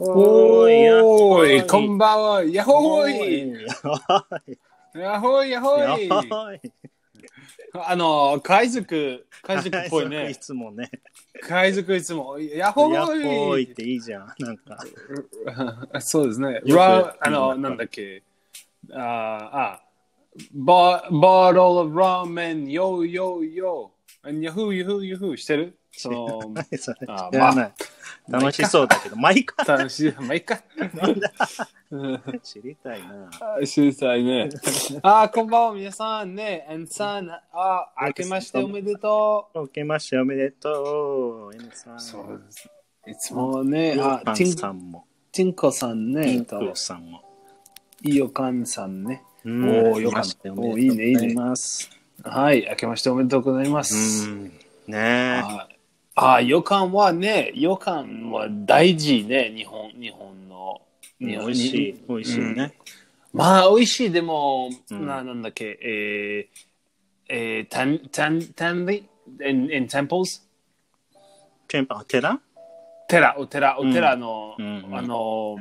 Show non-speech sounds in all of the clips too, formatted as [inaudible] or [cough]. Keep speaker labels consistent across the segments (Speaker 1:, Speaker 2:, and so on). Speaker 1: おーいやっほ
Speaker 2: お
Speaker 1: ーい
Speaker 2: ーい、こんばんは。やっほ
Speaker 1: お
Speaker 2: ーい。
Speaker 1: ーい
Speaker 2: やっほーい、やっほ
Speaker 1: や
Speaker 2: ーい。
Speaker 1: ばい
Speaker 2: あの、海賊、海賊っぽい
Speaker 1: [laughs] はい
Speaker 2: ね
Speaker 1: い。つもね。
Speaker 2: 海賊いつも、やっ
Speaker 1: や
Speaker 2: ほ
Speaker 1: っほ
Speaker 2: ー
Speaker 1: ーいっ
Speaker 2: い。
Speaker 1: ていいじゃん。なんか。
Speaker 2: [laughs] そうですね。
Speaker 1: く
Speaker 2: ラあの、
Speaker 1: うん
Speaker 2: なんだっけ。あーあ、ボボトルラーメン、よーよーよー。ヤフー、ヤフー、ヤフーしてるその、
Speaker 1: [laughs] 何それ
Speaker 2: あ
Speaker 1: 知らない。
Speaker 2: まあ
Speaker 1: 楽しそうだけど、毎回
Speaker 2: 楽しい。まあ、いっか。
Speaker 1: なんだ
Speaker 2: うん
Speaker 1: 知りたいな。
Speaker 2: 秀才ね。 [laughs] あ、こんばんは、皆さんね。N さん、あ、明けましておめでと
Speaker 1: 受けましておめでとう。N さん。
Speaker 2: う。そうです。いつもね、あ
Speaker 1: パ、
Speaker 2: ち
Speaker 1: ン
Speaker 2: ん
Speaker 1: さんも。
Speaker 2: ちんこさん
Speaker 1: ピン
Speaker 2: ね、と、
Speaker 1: クさんも。
Speaker 2: いよかんさんね。
Speaker 1: うん
Speaker 2: おーよかった
Speaker 1: 明けましておめでとうござます
Speaker 2: はい、明けましておめでとうございま
Speaker 1: う
Speaker 2: す。
Speaker 1: ん。ね
Speaker 2: はいあ、予感はね、予感は大事ね、日本、日本の。日
Speaker 1: え。美
Speaker 2: 本
Speaker 1: 味しい。美味しいね。
Speaker 2: まあ、美味しい、でも、
Speaker 1: うん
Speaker 2: ななんだっけ、えー、えー、たん、たん、たんり in, in temples?
Speaker 1: チェンパ、寺
Speaker 2: 寺、お寺、お寺の、
Speaker 1: うんうん
Speaker 2: あの、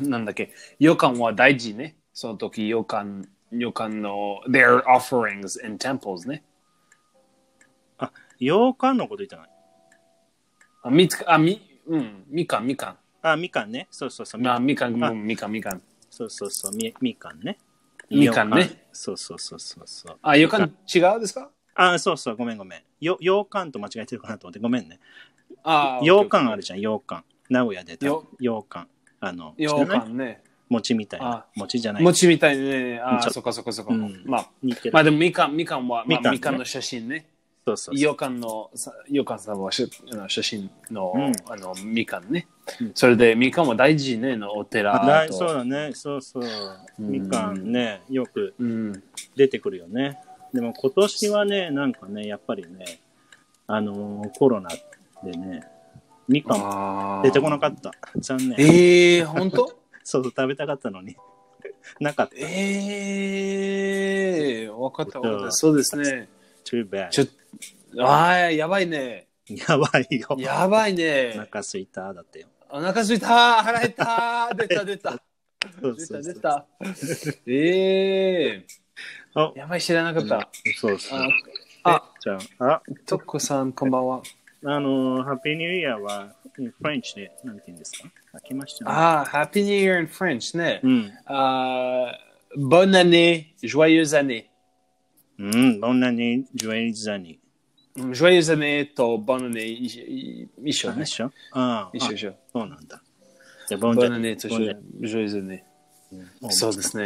Speaker 2: なんだっけ、予感は大事ね。その時、予感、予感の、their offerings and temples ね。
Speaker 1: あ、洋館のこと言ったの
Speaker 2: あ、みつか、あ、み、うん、みかん、みか
Speaker 1: あ、みかんね。そうそうそう。
Speaker 2: ん。
Speaker 1: みかん
Speaker 2: あ、みかん、
Speaker 1: あ
Speaker 2: うんみかん、みかん。
Speaker 1: そうそうそう。みみかんね。
Speaker 2: みかんね
Speaker 1: よう。そうそうそうそうそう。
Speaker 2: あ、予感違うですか
Speaker 1: あ、そうそう。ごめんごめん。よ洋館と間違えてるかなと思って。ごめんね。
Speaker 2: あ、
Speaker 1: 洋館あ
Speaker 2: る。
Speaker 1: るじゃん。洋館。名古屋で
Speaker 2: よ
Speaker 1: 洋館。あの、
Speaker 2: 洋
Speaker 1: 知らない
Speaker 2: 館ね。
Speaker 1: 餅みたいな
Speaker 2: あ。
Speaker 1: 餅じゃない。
Speaker 2: 餅みたいにね、あ
Speaker 1: ちょ
Speaker 2: ー、そこそこそこ。
Speaker 1: うん
Speaker 2: まあ、
Speaker 1: 似てる
Speaker 2: まあでもみかん、みかんは、ま
Speaker 1: み
Speaker 2: あ
Speaker 1: かんね
Speaker 2: みかんの写真ね。
Speaker 1: そうそうそう。
Speaker 2: 洋館のさ洋館さんはしあの写真の,、
Speaker 1: うん
Speaker 2: あのみかんね、
Speaker 1: うん
Speaker 2: それでみかんは大事ねのお
Speaker 1: あ
Speaker 2: 寺
Speaker 1: だ
Speaker 2: と
Speaker 1: そうだね。そうそう。
Speaker 2: うん
Speaker 1: みかんね。よく
Speaker 2: うん
Speaker 1: 出てくるよね。でも今年はね、なんかね、やっぱりね、あのーコロナでね、みかん
Speaker 2: あー
Speaker 1: 出てこなかった。残念。
Speaker 2: えー、本
Speaker 1: [laughs]
Speaker 2: 当
Speaker 1: そうそう、食べたかったのに。 [laughs] なかった。
Speaker 2: えー、わかったわかっ
Speaker 1: うん
Speaker 2: たそうですね
Speaker 1: too bad.
Speaker 2: ちょっとあーやばいね
Speaker 1: やばいよ。
Speaker 2: やばい
Speaker 1: お
Speaker 2: ね
Speaker 1: 腹すいた、だってよ。
Speaker 2: お腹すいた腹減った出た出た
Speaker 1: そう
Speaker 2: 出
Speaker 1: そ
Speaker 2: た
Speaker 1: うそ
Speaker 2: 出
Speaker 1: う。
Speaker 2: たえ
Speaker 1: あ
Speaker 2: ー、やばい知らなかった、
Speaker 1: そうそう。
Speaker 2: ああ
Speaker 1: じゃあ、あ、
Speaker 2: とっこさんこんばんは
Speaker 1: あのー、ハッピーニューイヤーは、フレンチで、なんて言うんですか開けましたね。
Speaker 2: ああ、Happy Ah, New Year in French ね。
Speaker 1: うん。
Speaker 2: あーbonne année, joyeuse année.
Speaker 1: うん、どんなに、ジュエリーザに。
Speaker 2: Joyeuse année と bonne année いい一緒
Speaker 1: で
Speaker 2: ね。
Speaker 1: しょああ、
Speaker 2: 一緒一緒。
Speaker 1: そうなんだ。じゃあ、ボンジ
Speaker 2: Ah. bonne
Speaker 1: ャ
Speaker 2: année Ah, と joyeuse joyeuse année。そう
Speaker 1: [laughs]
Speaker 2: ですね。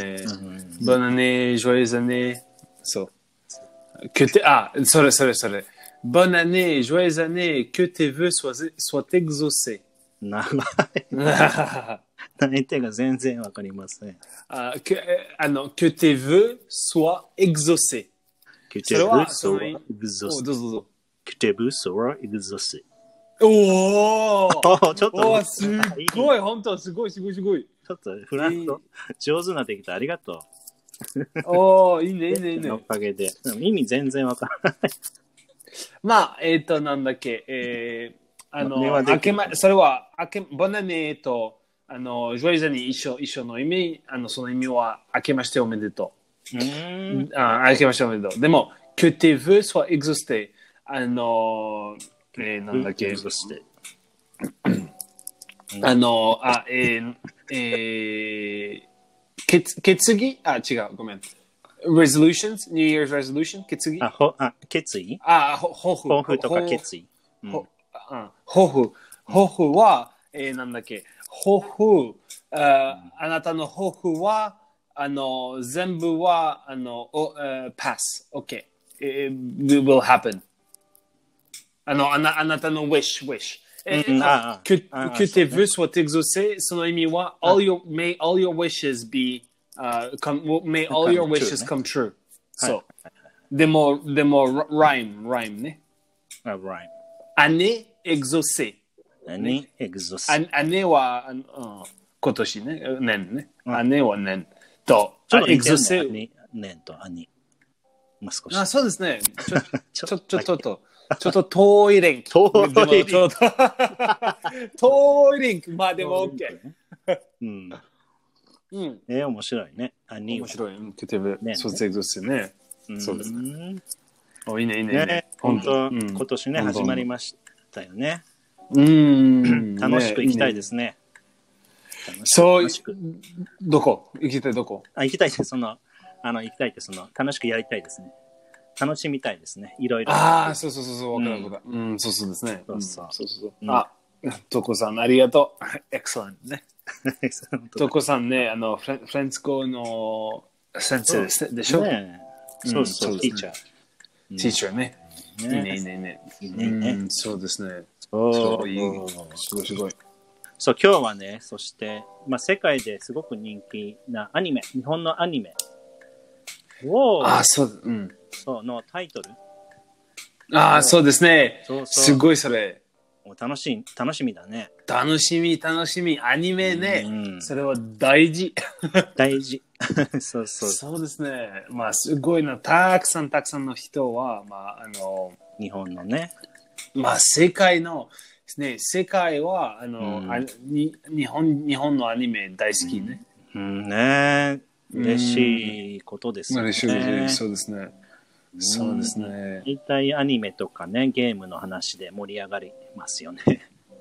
Speaker 1: うん。
Speaker 2: bonne année, joyeuse année. そう。Que t'es- ah, それそれそれ。bonne année, joyeuse année, que tes vœux soient, soient [laughs] exaucés.
Speaker 1: 長い。
Speaker 2: あ
Speaker 1: 相手が全然わかりません。
Speaker 2: que, あの、que tes vœux soient exaucés.
Speaker 1: キュ
Speaker 2: そ
Speaker 1: テ
Speaker 2: れ
Speaker 1: ブ
Speaker 2: は
Speaker 1: ソワ
Speaker 2: その
Speaker 1: エグゾ
Speaker 2: お
Speaker 1: ス。
Speaker 2: どうぞどうぞ。
Speaker 1: キュテブソワエグゾス。
Speaker 2: おお
Speaker 1: おーちょっと。
Speaker 2: おーすっご
Speaker 1: い。
Speaker 2: い、本当すごい、すごい、すごい。
Speaker 1: ちょっとフランス語上手になってきた。ありがとう。
Speaker 2: おおいいね、いいね、いいね
Speaker 1: のお。かげで。でも意味全然わからない。
Speaker 2: まあ、えっ、と、なんだっけ、えー、あの、
Speaker 1: まあ根はできる
Speaker 2: 明けま、それは、明け、ボナネと、あの、ジョイザに一緒、一緒の意味、あの、その意味は、明けましておめでとう。
Speaker 1: うん。
Speaker 2: あ明けましておめでとう。でも、que tes vœux soient exhaustés。あの、えー、なんだっけ、
Speaker 1: そして。
Speaker 2: あの、あ、えー、えー、けつ、決議あ、違う、ごめん。resolutions? New Year's resolution? 決議
Speaker 1: あ、ほ、あ、決意
Speaker 2: あ、ほ、抱負。
Speaker 1: 抱負とか
Speaker 2: ほ
Speaker 1: 決意。うん
Speaker 2: ほうん抱負。抱負は、えー、なんだっけ。抱負、あ
Speaker 1: Mm.
Speaker 2: ーあなたの抱負は、あの、全部は、あの、お、えー、pass。OK。えー、it will happen. あの、あなあなたの wish, wish. E, え
Speaker 1: うんうん
Speaker 2: あ
Speaker 1: あー
Speaker 2: け
Speaker 1: あー
Speaker 2: け
Speaker 1: そう
Speaker 2: tes vœux soient exaucés, その意味は、all your,
Speaker 1: Ah.
Speaker 2: may all your wishes be, uh, come, may all your
Speaker 1: Come true
Speaker 2: wishes
Speaker 1: ね
Speaker 2: come true.
Speaker 1: はい
Speaker 2: そう。でも、でも、rhyme, rhyme ね。
Speaker 1: あ、right。
Speaker 2: année exaucée.
Speaker 1: 何エグゾス。
Speaker 2: An- année は、あのうん今年ね、うん年ね。année は年。と、
Speaker 1: ちょっと
Speaker 2: エ
Speaker 1: 似
Speaker 2: グ
Speaker 1: てん
Speaker 2: ゾ
Speaker 1: ね
Speaker 2: セ。
Speaker 1: 兄ねんと兄。まあ、少し。
Speaker 2: あ、そうですね。ちょ
Speaker 1: [laughs] ち
Speaker 2: [laughs] ちょ、ちょっと、ちょっと。ちょっと遠いリンク。
Speaker 1: 遠い
Speaker 2: でもちょっと [laughs] 遠いリンク。まあでも OK。
Speaker 1: うん。
Speaker 2: うん。
Speaker 1: えー、面白いね。あ、に
Speaker 2: 面白い。うん、ケテブ、
Speaker 1: ね
Speaker 2: そうですよね。
Speaker 1: い
Speaker 2: そうです
Speaker 1: ね。
Speaker 2: お、いいね、いいね。いい
Speaker 1: ね、本当、
Speaker 2: うん
Speaker 1: 今年ね、
Speaker 2: 本当
Speaker 1: 始まりましたよね。
Speaker 2: うん。
Speaker 1: 楽しく行きたい
Speaker 2: ね。
Speaker 1: ですね。楽しく
Speaker 2: そう
Speaker 1: 楽しく、
Speaker 2: どこ行きたいどこ
Speaker 1: あ、行きたいです。その、あの、行きたいって、その、楽しくやりたいですね。楽しみたいですね。いろいろ。 [laughs]
Speaker 2: ああ、そうそうそうそう、わ
Speaker 1: うん
Speaker 2: かるわかる。うん、そうそうですね。
Speaker 1: そうそう
Speaker 2: うんそうそう
Speaker 1: うん
Speaker 2: あ、トコさん、ありがとう。エクセレントね。
Speaker 1: 本当
Speaker 2: トコさんね、あの、フレンフレンツ語の先生ですね。でしょテ
Speaker 1: ね
Speaker 2: うん
Speaker 1: そうそう、
Speaker 2: そう
Speaker 1: テ
Speaker 2: です
Speaker 1: ィーチャ
Speaker 2: ね
Speaker 1: ー。
Speaker 2: ィーチャーね。いい
Speaker 1: ね
Speaker 2: ね、いいね、いいね。
Speaker 1: いいねいいね
Speaker 2: うん、そうですね。
Speaker 1: そ
Speaker 2: そうう、いい。すごい、すごい。
Speaker 1: そう、今日はね、そして、まあ、世界ですごく人気なアニメ、日本のアニメを、
Speaker 2: ああ、そう、うん。
Speaker 1: そう、のタイトル。
Speaker 2: ああ、そうですね。
Speaker 1: そうそう。
Speaker 2: すごい、それ。
Speaker 1: もう楽しい、楽しみだね。
Speaker 2: 楽しみ、楽しみ。アニメ
Speaker 1: う
Speaker 2: ね。
Speaker 1: ん
Speaker 2: それは大事。
Speaker 1: 大事。 [laughs] そうそう。
Speaker 2: そうですね。まあ、すごいな。たくさんたくさんの人は、まあ、あの、
Speaker 1: 日本のね。
Speaker 2: まあ、世界の、ね、世界は、あの、
Speaker 1: うん
Speaker 2: あに日本、日本のアニメ大好きね。
Speaker 1: うんね。嬉しいことですよね。
Speaker 2: うですね。
Speaker 1: ん
Speaker 2: そうですね。
Speaker 1: 大体アニメとかね、ゲームの話で盛り上がりま
Speaker 2: [laughs]
Speaker 1: すよね。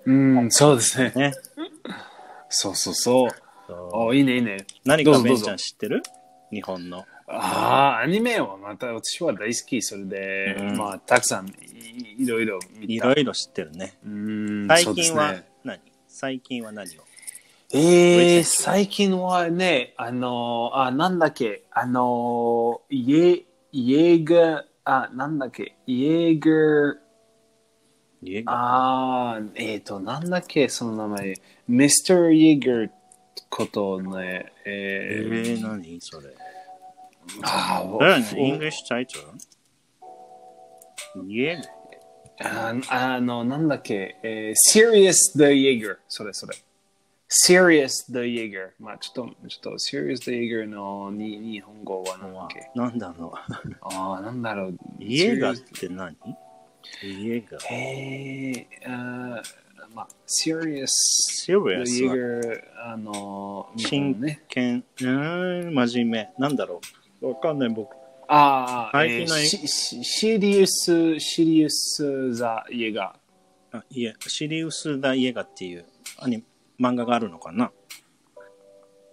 Speaker 2: うん、そうですね。
Speaker 1: ね
Speaker 2: そうそうそう。
Speaker 1: そう
Speaker 2: お、いいね、いいね。
Speaker 1: 何
Speaker 2: どう
Speaker 1: か
Speaker 2: ぞ
Speaker 1: ベ
Speaker 2: どう
Speaker 1: ン
Speaker 2: ぞ
Speaker 1: ちゃん知ってる日本の。
Speaker 2: ああ、アニメはまた私は大好き。それで、
Speaker 1: うん
Speaker 2: まあ、たくさんいいろいろ見た。
Speaker 1: いろいろ知ってるね。
Speaker 2: うん、
Speaker 1: 最
Speaker 2: そうです
Speaker 1: 近
Speaker 2: ね
Speaker 1: は何、最近は何を
Speaker 2: えー、最近はね、あのー、あ、なんだっけ、あのー、イェ、イェーガー、あ、なんだっけ、イェーガー、
Speaker 1: 家が
Speaker 2: あー、えっ、ー、と、なんだっけ、その名前、ミスター・イェーガーことね、え
Speaker 1: え
Speaker 2: ー、
Speaker 1: ー、何それ。
Speaker 2: あー、
Speaker 1: 何
Speaker 2: お
Speaker 1: ?English title? 家が
Speaker 2: ああの、なんだっけ、えー、Serious the Jaeger。それそれ。Serious the Jaeger。まあ、ちょっと、ちょっと、Serious the Jaeger のに日本語はなんだっけ。
Speaker 1: なんだろ
Speaker 2: [laughs]
Speaker 1: う。
Speaker 2: ああ、なんだろう。
Speaker 1: 家がっ
Speaker 2: Serious-
Speaker 1: て何家が。
Speaker 2: えー、あーまあ、Serious
Speaker 1: Serious
Speaker 2: the Jaeger、あの、日
Speaker 1: 真
Speaker 2: 本ね。
Speaker 1: 剣、うーん、真面目。なんだろう。わかんない、僕。
Speaker 2: ああ、え
Speaker 1: 最
Speaker 2: ー、
Speaker 1: 近の
Speaker 2: シシシリウス、シリウス・ザ・イェガ
Speaker 1: あいえ、シリウス・ダ・イエガっていうアニ漫画があるのかな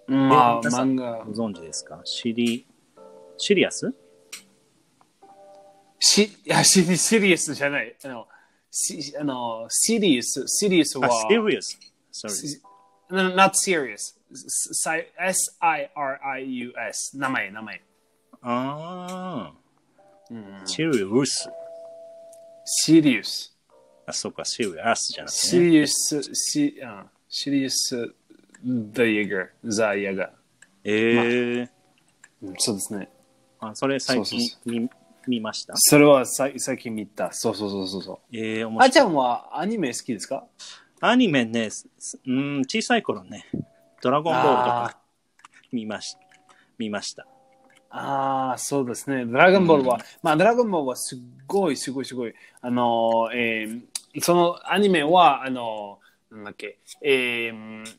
Speaker 2: ー。まあ、
Speaker 1: 皆さん
Speaker 2: 漫画
Speaker 1: ご。存知ですかシリ、シリアス
Speaker 2: し、いや、シリシリウスじゃない。あの、しあのシリウス、シリウスは
Speaker 1: あ、、シリウス。Sorry。
Speaker 2: し no, not serious. Si- S-I-R-I-U-S. 名前、名前。
Speaker 1: あ
Speaker 2: うん
Speaker 1: あ、シリウス。
Speaker 2: シリウス。
Speaker 1: あ、そうか、シリアスじゃなく
Speaker 2: シ
Speaker 1: て、ね。
Speaker 2: リウス、シうんシリウス、ザ・イェガー、ザ・イェガー。
Speaker 1: ええ
Speaker 2: うんそうですね。
Speaker 1: あ、それ最近
Speaker 2: そうそ
Speaker 1: 見見ました。
Speaker 2: それはさい最近見た。そうそうそうそうそう。
Speaker 1: ええ面
Speaker 2: あー
Speaker 1: 白い
Speaker 2: ちゃんはアニメ好きですか
Speaker 1: アニメね、すすうん、小さい頃ね、ドラゴンボールと
Speaker 2: あ
Speaker 1: か見まし見ました。
Speaker 2: ああ、そうですね。ドラゴンボールは、まあ、ドラゴンボールはすっごい、すごい、すごい。あのー、えーそのアニメは、あのー、なんだっけ、えー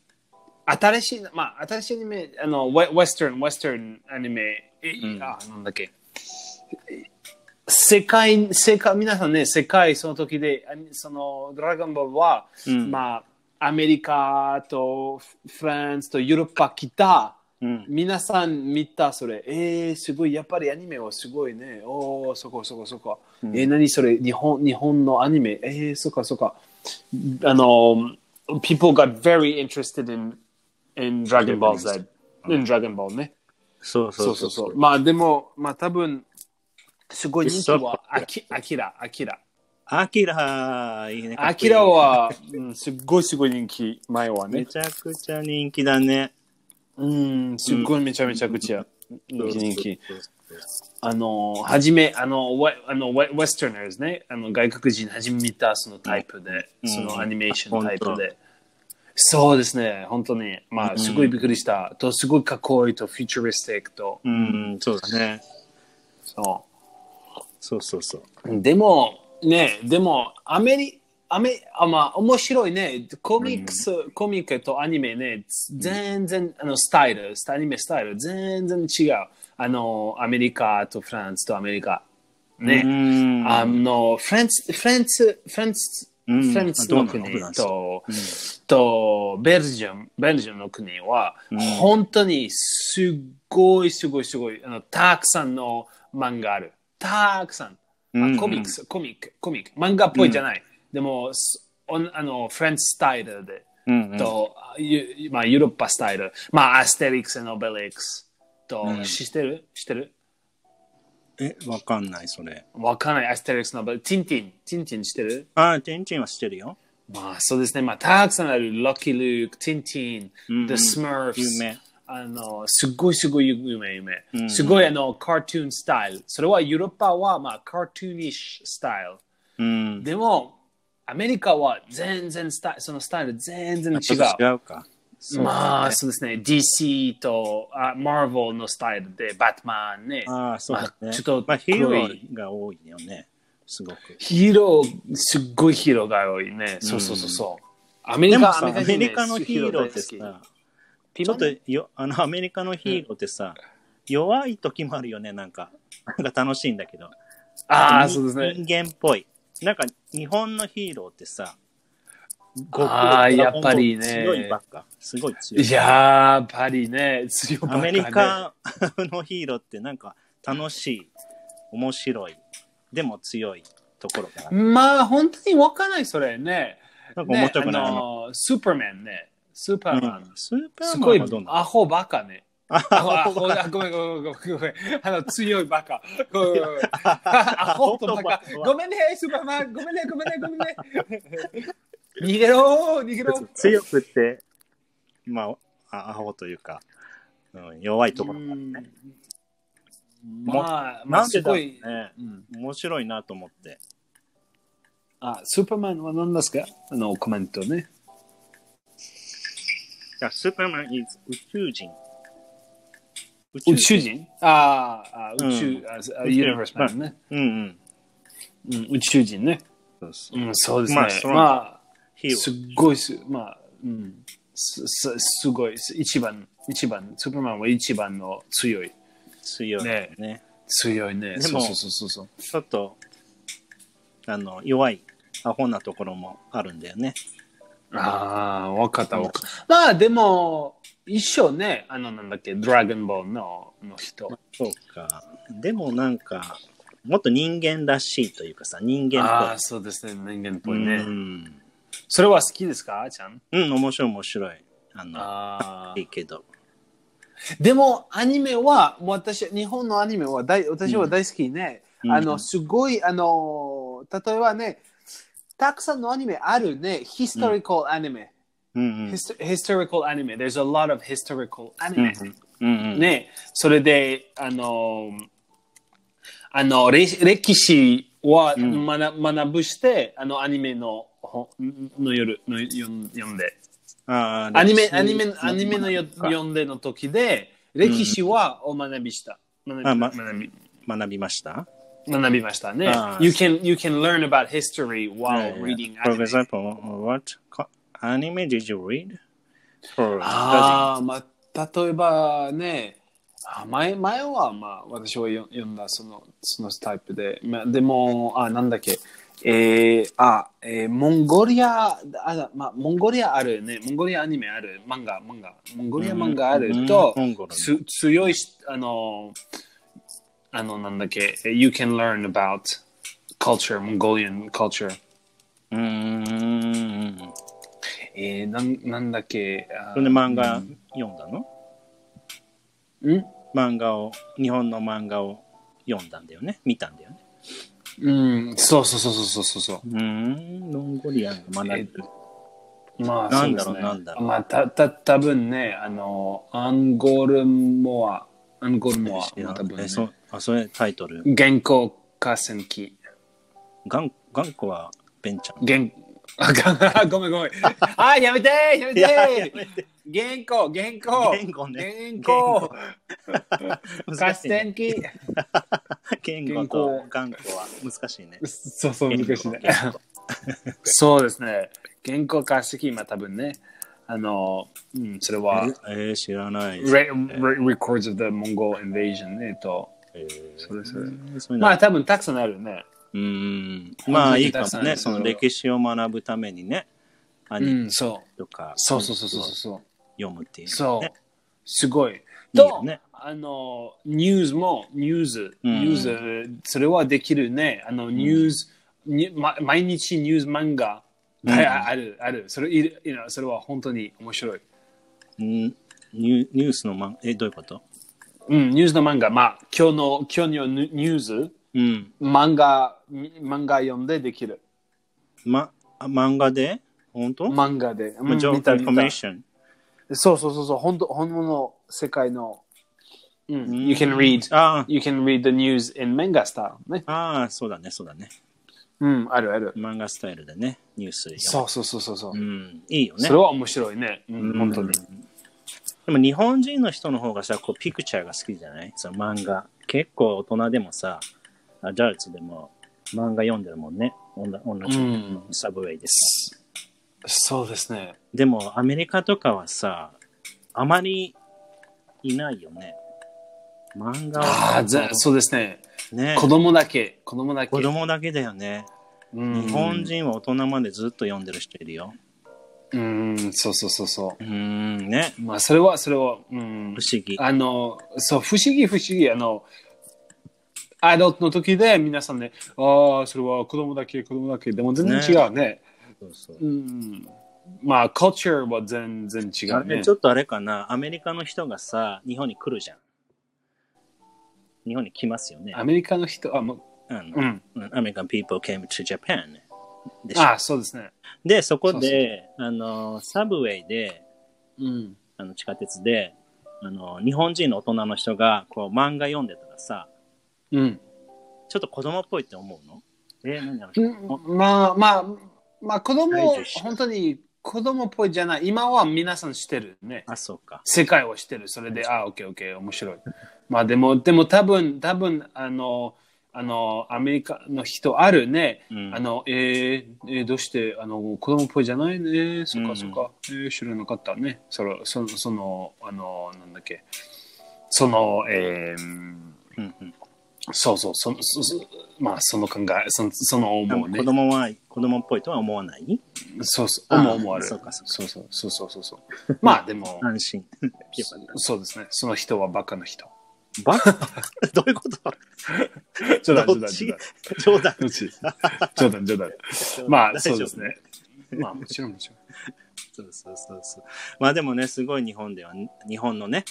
Speaker 2: 新しい、まあ、新しいアニメ、あの、ウェウェスタン、ウェスタンアニメ、え
Speaker 1: うん
Speaker 2: あ、なんだっけ。世界、世界、皆さんね、世界、その時で、あその、ドラゴンボールは、
Speaker 1: うん
Speaker 2: まあ、アメリカとフランスとヨーロッパ来た、
Speaker 1: うん。
Speaker 2: 皆さん見たそれえー、すごいやっぱりアニメはすごいねおおそこそこそこ、
Speaker 1: うん
Speaker 2: えー何それ日本日本のアニメえー、そっかそっかあの people got very interested in in Dragon Ball Z in Dragon Ball ね
Speaker 1: そうそ
Speaker 2: そうう
Speaker 1: そ
Speaker 2: そうう
Speaker 1: そ
Speaker 2: そうう。まあでもまあ多分すごい人気は
Speaker 1: そう
Speaker 2: アキアキラアキラ
Speaker 1: アキラ、いいね。かっこいい
Speaker 2: アキラ、は、うん、すっごいすごい人気前は
Speaker 1: め
Speaker 2: ね
Speaker 1: ちゃくちゃ人気だね。
Speaker 2: うんすっごいめちゃめちゃくちゃ人気人気あの、はじめ、あの、ウェあのウェウェスターナーズね、あの外国人はじめ見たそのタイプで、
Speaker 1: うん
Speaker 2: そのアニメーショ
Speaker 1: う
Speaker 2: ン
Speaker 1: ん
Speaker 2: タイプで。そうですね、本当に。ま
Speaker 1: う
Speaker 2: あ、
Speaker 1: ん
Speaker 2: すごいびっくりした。と、すごいかっこいいと、フューチュリスティックと。
Speaker 1: うん、そうだね。
Speaker 2: そ
Speaker 1: そうそうそう。
Speaker 2: う。でも、ねえでもアメリアメあまあ面白いねコミックス、コミックとアニメねつ全然あのスタイルスタアニメスタイル全然違うあのアメリカとフランスとアメリカね、
Speaker 1: うん
Speaker 2: あのフランスフランスフランス
Speaker 1: うん
Speaker 2: フランスの国
Speaker 1: あどうなの
Speaker 2: と,、とベルジンベルジンの国は、本当にすごいすごいすごいあのたくさんの漫画あるたくさん
Speaker 1: うんうん
Speaker 2: コミックス、コミック、コミック。漫画っぽいじゃない。でも、すおんあの、フレンチスタイルで、
Speaker 1: うんうん
Speaker 2: と、ゆまあ、ヨーロッパスタイル。まあ、アステリックス、オベリックス。と、
Speaker 1: うん
Speaker 2: 知ってる知ってる
Speaker 1: え、わかんない、それ。
Speaker 2: わかんない。アステリックス、ノベリックス。ティンティン。ティンティン知ってる
Speaker 1: あー、チンチンはしてるよ。
Speaker 2: まあ、そうですね。まあ、たくさんある。ロッキー・ルーク、ティンティン、
Speaker 1: うんうん
Speaker 2: The Smurfs。
Speaker 1: 有名
Speaker 2: あの、すごいすごい有名、有名。
Speaker 1: んうん
Speaker 2: すごいあの、カートゥーンスタイル。それはヨーロッパは、まあ、カートゥーニッシュスタイル。
Speaker 1: うん。
Speaker 2: でも、アメリカは全然スタイル、そのスタイル全然違
Speaker 1: ちょっと
Speaker 2: う。
Speaker 1: 違うか。そう
Speaker 2: まあ、そうですね。DC とあマーヴェルのスタイルで、バットマンね。
Speaker 1: ああ、そうだね。
Speaker 2: まあちょっと
Speaker 1: まあ、ヒーロ
Speaker 2: 黒い
Speaker 1: ーが多いよね。すごく。
Speaker 2: ヒーロー、すっごいヒーローが多いね。そうそうそうそう。アメリ
Speaker 1: でも
Speaker 2: カ、
Speaker 1: さ、アメリカのヒーローって
Speaker 2: ち
Speaker 1: さ、ち
Speaker 2: ょ
Speaker 1: ょ
Speaker 2: っ
Speaker 1: っ
Speaker 2: と
Speaker 1: と、よあの、アメリカのヒーローってさ、弱い時もあるよね、なんか。なんか楽しいんだけど。
Speaker 2: ああ、そうですね。
Speaker 1: 人間っぽい。なんか、日本のヒーローってさ、
Speaker 2: あーやっぱりね
Speaker 1: 強いばっか。すごい強い。
Speaker 2: やっぱりね、強いばっか
Speaker 1: ア
Speaker 2: ね
Speaker 1: メリ。カのヒーローってなんか楽しい、面白い、でも強いところかな。
Speaker 2: まあ、本当にわかんない、それね。
Speaker 1: なんか面
Speaker 2: ね
Speaker 1: 白くない
Speaker 2: あ
Speaker 1: な
Speaker 2: のスーパーマンね。スーパーマン。
Speaker 1: スーパー
Speaker 2: す
Speaker 1: マ
Speaker 2: ご
Speaker 1: ン
Speaker 2: い
Speaker 1: はどうなの
Speaker 2: アホバカね。
Speaker 1: [laughs] アホ
Speaker 2: ああごめんごめんごめんごめん。あの強いバカ。ごめんごめ
Speaker 1: [laughs]
Speaker 2: んごめんアホとバカ。ごめんね、スーパーマン。ごめんね、ごめんね、ごめんね。逃げろー、逃げろー。
Speaker 1: 強くって、まあ、あアホというか、うん、弱いところがあるね。
Speaker 2: うんまあ、ま
Speaker 1: な
Speaker 2: あ、
Speaker 1: んですだろ
Speaker 2: ご
Speaker 1: う
Speaker 2: い。
Speaker 1: ね。
Speaker 2: うん
Speaker 1: 面白いなと思って。
Speaker 2: あ、スーパーマンは何ですかあの、コメントね。
Speaker 1: いやスーパーマン is 宇宙人。宇
Speaker 2: 宇宙人ああ、
Speaker 1: うん
Speaker 2: 宇宙、ああユニバースマンね。
Speaker 1: うんうん。
Speaker 2: うん宇宙人ね。
Speaker 1: そうそう
Speaker 2: うん、そうです
Speaker 1: まあ
Speaker 2: ね。
Speaker 1: その
Speaker 2: まあ、
Speaker 1: ヒーロ
Speaker 2: す
Speaker 1: ー。
Speaker 2: っごいす、まあ、うん、すすすごい、す一番、一番、スーパーマンは一番の強い、
Speaker 1: 強いね。
Speaker 2: 強いね。
Speaker 1: で
Speaker 2: そ
Speaker 1: も
Speaker 2: うそうそうそうそう。
Speaker 1: ちょっと、あの、弱い、アホなところもあるんだよね。
Speaker 2: ああ、わかったわかった。まあ、でも、一緒ね、あの、なんだっけ、ドラゴンボールのの人。
Speaker 1: そうか。でもなんか、もっと人間らしいというかさ、人
Speaker 2: あ
Speaker 1: 間
Speaker 2: あ、そうですね、人間っ
Speaker 1: ぽ
Speaker 2: ぽ
Speaker 1: い。
Speaker 2: いね。
Speaker 1: うん。
Speaker 2: それは好きですか、あーちゃん。
Speaker 1: うん、面白い面白い。あの、
Speaker 2: あ
Speaker 1: いいけど。
Speaker 2: でも、アニメは、私、日本のアニメは大、私は大好きね。
Speaker 1: うん
Speaker 2: あ
Speaker 1: う
Speaker 2: の、
Speaker 1: ん
Speaker 2: すごい、あの、例えばね、たくさんのアニメあるね。historical anime、
Speaker 1: うんうん。
Speaker 2: Hist- historical anime. There's a lot of historical
Speaker 1: うん
Speaker 2: anime、
Speaker 1: うんうん。
Speaker 2: ね、それで、あの、あの、れ歴史は
Speaker 1: ん
Speaker 2: 学,、学ぶして、あの、アニメの本の夜のよ読んで。
Speaker 1: あー
Speaker 2: アニメ
Speaker 1: 歴、史
Speaker 2: アニメ、アニメのよ読んでの時で、歴史はを学びした。学
Speaker 1: あ
Speaker 2: び
Speaker 1: ま
Speaker 2: 学び
Speaker 1: 学びました
Speaker 2: 学びましたね
Speaker 1: あ。ー
Speaker 2: You can, you can learn about history while reading
Speaker 1: For
Speaker 2: anime.
Speaker 1: example, what co- anime did you read? For
Speaker 2: ああ、まあ、例えばね、あ前前は、まあ、私はよ読んだそのそのタイプで、まあ、でも、あなんだっけ、えー、あ、えー、モンゴリア、あ、まあ、モンゴリアあるね、モンゴリアアニメある、漫画、漫画、モンゴリア漫画あると
Speaker 1: うんうんモンゴ、ル
Speaker 2: つ強いし、あの、あの、なんだっけ、You can learn about culture, Mongolian culture.
Speaker 1: うーん。
Speaker 2: えー、なんなんだっけ、あ
Speaker 1: それで漫画読んだの
Speaker 2: ん
Speaker 1: 漫画を、日本の漫画を読んだんだよね。見たんだよね。
Speaker 2: うん、そうそうそうそうそうそう。
Speaker 1: うーん。モンゴリアンが学
Speaker 2: えっ
Speaker 1: ぶ。
Speaker 2: まあ、
Speaker 1: なんだろ
Speaker 2: そ
Speaker 1: う
Speaker 2: ですね
Speaker 1: なんだろう
Speaker 2: まあ、た、た、多分ね、あの、アンゴルモア、アンゴルモア、まあ多分、ね
Speaker 1: え、そう、あ、それタイトル。
Speaker 2: 原稿化戦記。
Speaker 1: ガン、ガンコはベンちゃん。
Speaker 2: 原、 [laughs] あ、がごめんごめん。あ、やめてやめ
Speaker 1: いやや
Speaker 2: て
Speaker 1: め
Speaker 2: 原
Speaker 1: て
Speaker 2: 稿、原稿。
Speaker 1: 言語ね
Speaker 2: 原稿。
Speaker 1: 難
Speaker 2: 化
Speaker 1: しいね
Speaker 2: 戦記。
Speaker 1: 健康と頑固は難しいね。
Speaker 2: [laughs] そうそう、難しいね
Speaker 1: 健。康
Speaker 2: [laughs] そうですね。原稿化して今多分ね、あの、うん、それは、
Speaker 1: えー、知らない。
Speaker 2: Re- Re- Records of the Mongol Invasion えっと、
Speaker 1: えー
Speaker 2: そうですそうで
Speaker 1: そういうの
Speaker 2: まあ多分たくさんあるよね。
Speaker 1: うん。まあいいか
Speaker 2: 本当にたくさ
Speaker 1: も
Speaker 2: んあ
Speaker 1: ね。
Speaker 2: る
Speaker 1: その歴史を学ぶためにね、ア
Speaker 2: う
Speaker 1: ニメ
Speaker 2: ん、そう。
Speaker 1: とか、
Speaker 2: そうそうそうそうそう。
Speaker 1: 読むっていう、ね。
Speaker 2: そう。すごい。
Speaker 1: いい
Speaker 2: と
Speaker 1: よ、ね
Speaker 2: あの、ニュースも、ニュース、
Speaker 1: うん
Speaker 2: ニュース、それはできるね。あの、ニュース、にま、毎日ニュース漫画、
Speaker 1: うん
Speaker 2: あある、ある。それ、いるいるそれは本当に面白い。
Speaker 1: うんニュニュースのまん、え、どういうこと
Speaker 2: うん、ニュースの漫画、まあ、今日の、今日のニニュース、
Speaker 1: うん。
Speaker 2: 漫画、み漫画読んでできる。
Speaker 1: ま、あ漫画で本当
Speaker 2: 漫画で。うん
Speaker 1: ジョ
Speaker 2: 見た
Speaker 1: ーイ
Speaker 2: 見
Speaker 1: ン
Speaker 2: た
Speaker 1: フォメーション。
Speaker 2: そうそうそうそう、本当本物の世界の。うん、
Speaker 1: ん
Speaker 2: you can read,
Speaker 1: あ
Speaker 2: you can read the news in manga style ね。
Speaker 1: あ、ああ、そうだね、そうだね。
Speaker 2: うん、あるある。
Speaker 1: 漫画スタイルでね、ニュース読む
Speaker 2: そうそうそうそうそう、
Speaker 1: うん、いいよね。
Speaker 2: それは面白いね。うん、本当に。
Speaker 1: でも日本人の人の方がさ、こうピクチャーが好きじゃないその漫画。結構大人でもさ、アジャルツでも漫画読んでるもんね。同じ同じ
Speaker 2: うん
Speaker 1: サブウェイでさ。
Speaker 2: そうですね。
Speaker 1: でもアメリカとかはさ、あまりいないよね。漫画
Speaker 2: あ
Speaker 1: は
Speaker 2: あ、ぜそうですね。
Speaker 1: ね、
Speaker 2: 子供だけ、子供だけ。
Speaker 1: 子供だけだよね。
Speaker 2: うん
Speaker 1: 日本。人は大人までずっと読んでる人いるよ。
Speaker 2: うん、そうそうそうそう
Speaker 1: ーん、ね。
Speaker 2: う。まあ、それは、それは、うん
Speaker 1: 不。思議。
Speaker 2: あの、そう、不思議不思議、あの、アドルトの時で皆さんね、ああ、それは子供だけ、子供だけ、でも全然違うね。
Speaker 1: そうそう
Speaker 2: うん。まあ、culture は全然違
Speaker 1: あ
Speaker 2: う
Speaker 1: れ
Speaker 2: ね
Speaker 1: ち。ょっとあれかな、アメリカの人がさ、日本に来るじゃん。日本に来ますよね。
Speaker 2: アメリカの人、あ、も
Speaker 1: あ
Speaker 2: う、う
Speaker 1: の
Speaker 2: ん。
Speaker 1: アメリカン people came to Japan でしょ
Speaker 2: あそうですね。
Speaker 1: で、そこ
Speaker 2: そうそ
Speaker 1: で、あの、サブウェイで、
Speaker 2: うん。
Speaker 1: あの地下鉄で、あの、日本人の大人の人が、こう、漫画読んでたらさ、
Speaker 2: うん。
Speaker 1: ちょっと子供っぽいって思うのえ、何なの
Speaker 2: まあ、まあ、まあ、子供
Speaker 1: 大事、
Speaker 2: 本当に子供っぽいじゃない。今は皆さん知ってるね。
Speaker 1: あ、そうか。
Speaker 2: 世界を知ってる。それで、あ、オッケーオッケー、面白い。まあ、でも、でも多分、多分、あの、あの、アメリカの人あるね。
Speaker 1: うん
Speaker 2: あの、えーえーどうして、あの、子供っぽいじゃないね。そっ
Speaker 1: うん
Speaker 2: かそっか。えー知らなかったね。その、その、その、あの、なんだっけ。その、えー、
Speaker 1: うんうん
Speaker 2: そうそう、その、そそまあ、その考え、その、その
Speaker 1: で
Speaker 2: 思
Speaker 1: も
Speaker 2: う
Speaker 1: 子
Speaker 2: ね。
Speaker 1: 供は、子供っぽいとは思わない
Speaker 2: そうそう、
Speaker 1: あー
Speaker 2: 思う思うある。
Speaker 1: そうかそうか
Speaker 2: そうそうそうそうそうそう。
Speaker 1: [laughs]
Speaker 2: まあ、でも、
Speaker 1: 安心。よか
Speaker 2: そ
Speaker 1: っ
Speaker 2: そうですね。その人はバカの
Speaker 1: [laughs]
Speaker 2: 人。
Speaker 1: たバカどういうこと
Speaker 2: 冗談、冗
Speaker 1: どっ
Speaker 2: 談、
Speaker 1: ち [laughs]
Speaker 2: 冗談。
Speaker 1: 冗談。
Speaker 2: どっち [laughs] 冗談、冗談。まあ、
Speaker 1: 大丈
Speaker 2: そ
Speaker 1: 夫
Speaker 2: うですね。。まあ、もちろん、もちろん。
Speaker 1: そうそうそうそう。まあでもね、すごい日本では、日本のね、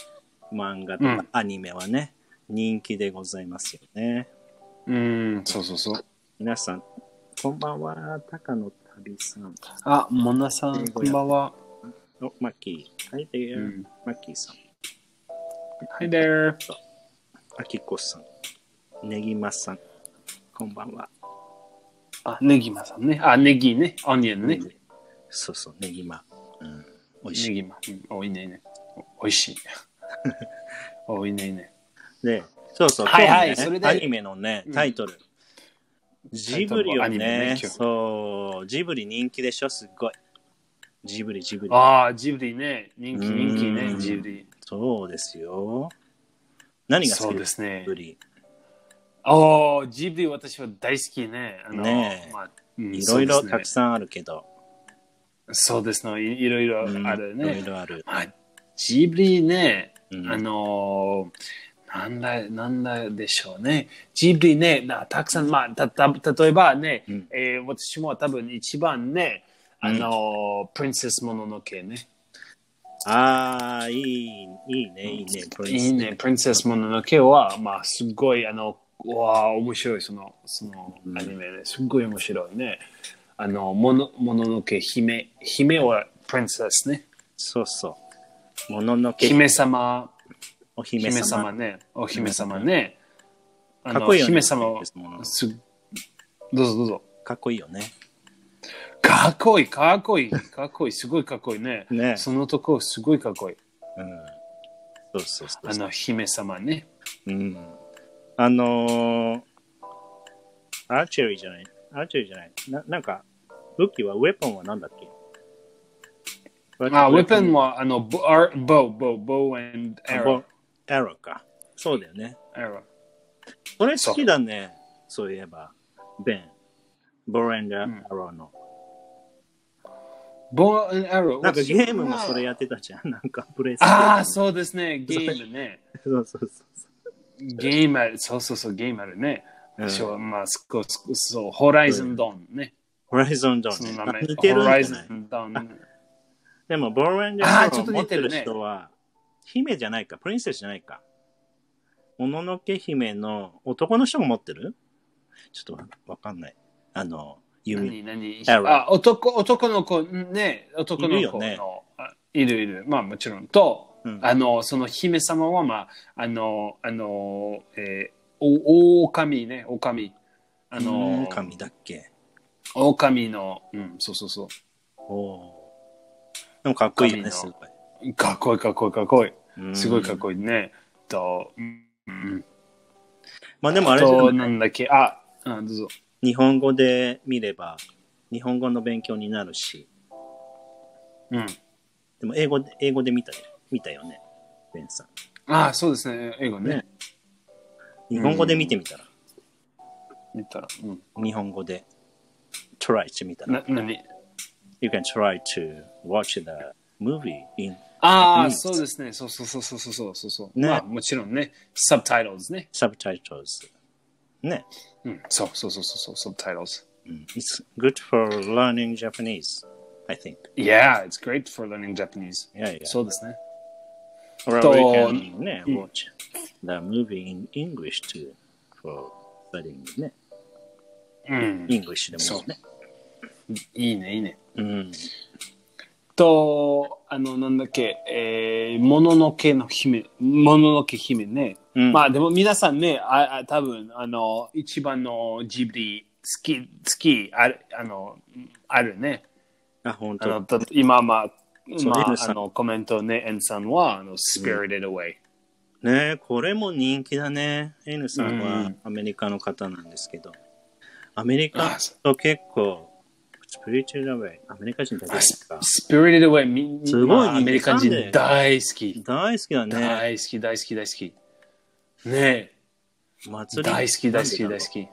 Speaker 1: 漫画と
Speaker 2: う
Speaker 1: か
Speaker 2: ん
Speaker 1: アニメはね、人気でございますよね。
Speaker 2: うーん、そうそうそう。
Speaker 1: 皆さん、こんばんは、高野旅さん。
Speaker 2: あ、モナさん、こんばんは。
Speaker 1: お、マッキー。はい、で、
Speaker 2: うん
Speaker 1: マッキーさん。
Speaker 2: Hi there.
Speaker 1: あきこさん。ねぎまさん。こんばんは。
Speaker 2: あ、ネギマさんね。あ、ネギね。オニオンね。ネ
Speaker 1: そうそう、ねぎま。うん。美味しい。
Speaker 2: ギマ。うんおいいねいいね。おいしい。 [laughs] おいいねいいね。
Speaker 1: で、そうそう、
Speaker 2: はいはい
Speaker 1: 今日
Speaker 2: そ
Speaker 1: の
Speaker 2: れ
Speaker 1: ね、
Speaker 2: で
Speaker 1: アニメのね、タイトル。ジブリを
Speaker 2: アニメね
Speaker 1: ね、
Speaker 2: 今日
Speaker 1: そう、ジブリ人気でしょ、すっごい。ジブリ、ジブリ。
Speaker 2: ああ、ジブリね。人気
Speaker 1: うん
Speaker 2: 人気ね、ジブリ。
Speaker 1: そうですよ。何が好
Speaker 2: そう
Speaker 1: き
Speaker 2: で
Speaker 1: です
Speaker 2: すね
Speaker 1: ジブ。リ。
Speaker 2: おージブリ私は大好きね。あの
Speaker 1: ねえ
Speaker 2: まあうん
Speaker 1: いろいろ
Speaker 2: そうです
Speaker 1: た
Speaker 2: ね
Speaker 1: くさんあるけど。
Speaker 2: そうですね。いいろいろ
Speaker 1: うん
Speaker 2: ある
Speaker 1: いろい
Speaker 2: ね。
Speaker 1: ろある。
Speaker 2: まあジブリね。
Speaker 1: うん
Speaker 2: あのーなんだ、なんだでしょうね。ジブリね、なたくさん、まあ、た、た、例えばね、
Speaker 1: うん
Speaker 2: えー私も多分一番ね、あのープリンセスもののけね。
Speaker 1: ああ、いい、いいね、いいね。これ
Speaker 2: いいね、プリンセスもののけは、まあ、すごい、あの、うわあ、面白い、その、その
Speaker 1: うん
Speaker 2: アニメね、すっごい面白いね。あの、もの、もののけ、姫、姫はプリンセスね。
Speaker 1: そうそう。もののけ、
Speaker 2: 姫様、
Speaker 1: お姫
Speaker 2: 姫
Speaker 1: 様。
Speaker 2: 様ね、お姫様ね。あの
Speaker 1: かっこいいよね
Speaker 2: 姫様を
Speaker 1: プリンセスもの
Speaker 2: すどうぞどうぞ。
Speaker 1: かっこいいよね。
Speaker 2: かっこいい、かっこいい、かっこいい、すごいかっこいいね。
Speaker 1: ね
Speaker 2: そのとこ、すごいかっこいい。
Speaker 1: うん。そうそうそう
Speaker 2: あ
Speaker 1: そう。
Speaker 2: の、姫様ね。
Speaker 1: うん。あのー、アーチェリーじゃない。アーチェリーじゃない。ななんか、武器は、ウェポンはなんだっけ
Speaker 2: あ、ウェポンは、あの、ボ、アボ、ボ、ボ、and
Speaker 1: エ
Speaker 2: arrow,
Speaker 1: ロエロか。そうだよね。
Speaker 2: arrow.
Speaker 1: これ好きだね。そういえば。ベン。ボーエンダーアローの。
Speaker 2: ボ、and arrow.
Speaker 1: なんかゲームもそれやってたじゃん。なんかプレイステーション
Speaker 2: ああ、そうですね。ゲームね。
Speaker 1: そうそうそうそう。
Speaker 2: ゲームある、そうそうそう、ゲームあるね。
Speaker 1: うん
Speaker 2: 私は、まあ、少し、そう、ホライズンドンね。
Speaker 1: ホライゾンド
Speaker 2: その
Speaker 1: ン
Speaker 2: 名前
Speaker 1: ね。似てる
Speaker 2: ホラ
Speaker 1: ん
Speaker 2: イ
Speaker 1: じゃ
Speaker 2: ズ
Speaker 1: ない
Speaker 2: ンドンね。
Speaker 1: でも、ボーエンダ
Speaker 2: あ
Speaker 1: ー
Speaker 2: ー
Speaker 1: ア
Speaker 2: ちょ
Speaker 1: ロ
Speaker 2: っ
Speaker 1: ー
Speaker 2: と
Speaker 1: 持っ
Speaker 2: 似て
Speaker 1: て
Speaker 2: るね
Speaker 1: る人は、姫じゃないか。プリンセスじゃないか。もののけ姫の男の人も持ってるちょっとわわかんない。あの、弓。
Speaker 2: 何何
Speaker 1: Arrow
Speaker 2: あ男男の子ね男の子の
Speaker 1: いるよね
Speaker 2: あいるいるまあもちろんと、
Speaker 1: うん
Speaker 2: あのその姫様はまああのあのえー、お狼ね狼あの
Speaker 1: 神だっけ
Speaker 2: 狼のうんそうそうそ
Speaker 1: おーでもかっこいいよね、す
Speaker 2: 神
Speaker 1: ご
Speaker 2: の
Speaker 1: い。
Speaker 2: うかっこいいかっこいいかっこい
Speaker 1: うん
Speaker 2: いすごいかっこいいねと、うん、
Speaker 1: まあでもあれじ
Speaker 2: と
Speaker 1: ゃな
Speaker 2: な
Speaker 1: い
Speaker 2: んだっけああどうぞ
Speaker 1: 日本語で見れば、日本語の勉強になるし、
Speaker 2: うん
Speaker 1: でも英語で、英語で見たよ見たよね、ベンさん。
Speaker 2: あそうですね英語ね
Speaker 1: ね日本語で見てみたら、
Speaker 2: 見たら、うん、
Speaker 1: 日本語で try してみたら、
Speaker 2: な何
Speaker 1: You can try to watch the movie in
Speaker 2: あ
Speaker 1: う
Speaker 2: あ、
Speaker 1: ん
Speaker 2: そうですね。そうそうそうそうそうそうそう。
Speaker 1: ね
Speaker 2: まあ、もちろんね。サブタイトルズね。
Speaker 1: subtitles. ね、
Speaker 2: うん、そうそうそうそうそう、サブタイトルズ。
Speaker 1: うん、It's good for learning Japanese, I think.
Speaker 2: Yeah, it's great for learning Japanese.
Speaker 1: Yeah, yeah.
Speaker 2: そうですね。
Speaker 1: Or
Speaker 2: と
Speaker 1: we can ね、watch the movie in English too for studying ね。
Speaker 2: うん、
Speaker 1: English でもいいね。
Speaker 2: いいね、いいね。
Speaker 1: うん。
Speaker 2: と、あの、なんだっけ、えー、もののけの姫、もののけ姫ね。
Speaker 1: うん
Speaker 2: まあ、でも皆さんね、ああ多分あの、一番のジブリ、好き、好き、ある、あの、あるね。
Speaker 1: あ、本
Speaker 2: あ
Speaker 1: 当。
Speaker 2: のだ今、まあ、
Speaker 1: そう
Speaker 2: まあ
Speaker 1: N さん
Speaker 2: あのコメントね、N さんは、あの、spirited away。
Speaker 1: ねえこれも人気だね。N さん
Speaker 2: う
Speaker 1: は
Speaker 2: ん
Speaker 1: アメリカの方なんですけど、アメリカ
Speaker 2: あそ
Speaker 1: と結構、スピリチュアルウェイ、アメリカ人だけですか。
Speaker 2: spirited away み、
Speaker 1: すごい
Speaker 2: まあアメリカ
Speaker 1: なんで
Speaker 2: 人大好き。
Speaker 1: 大好きだね。
Speaker 2: 大好き、大好き、大好き。ねえ、
Speaker 1: 祭り。
Speaker 2: 大好き、大好き、
Speaker 1: なんでだろ
Speaker 2: 大
Speaker 1: う
Speaker 2: 好。き。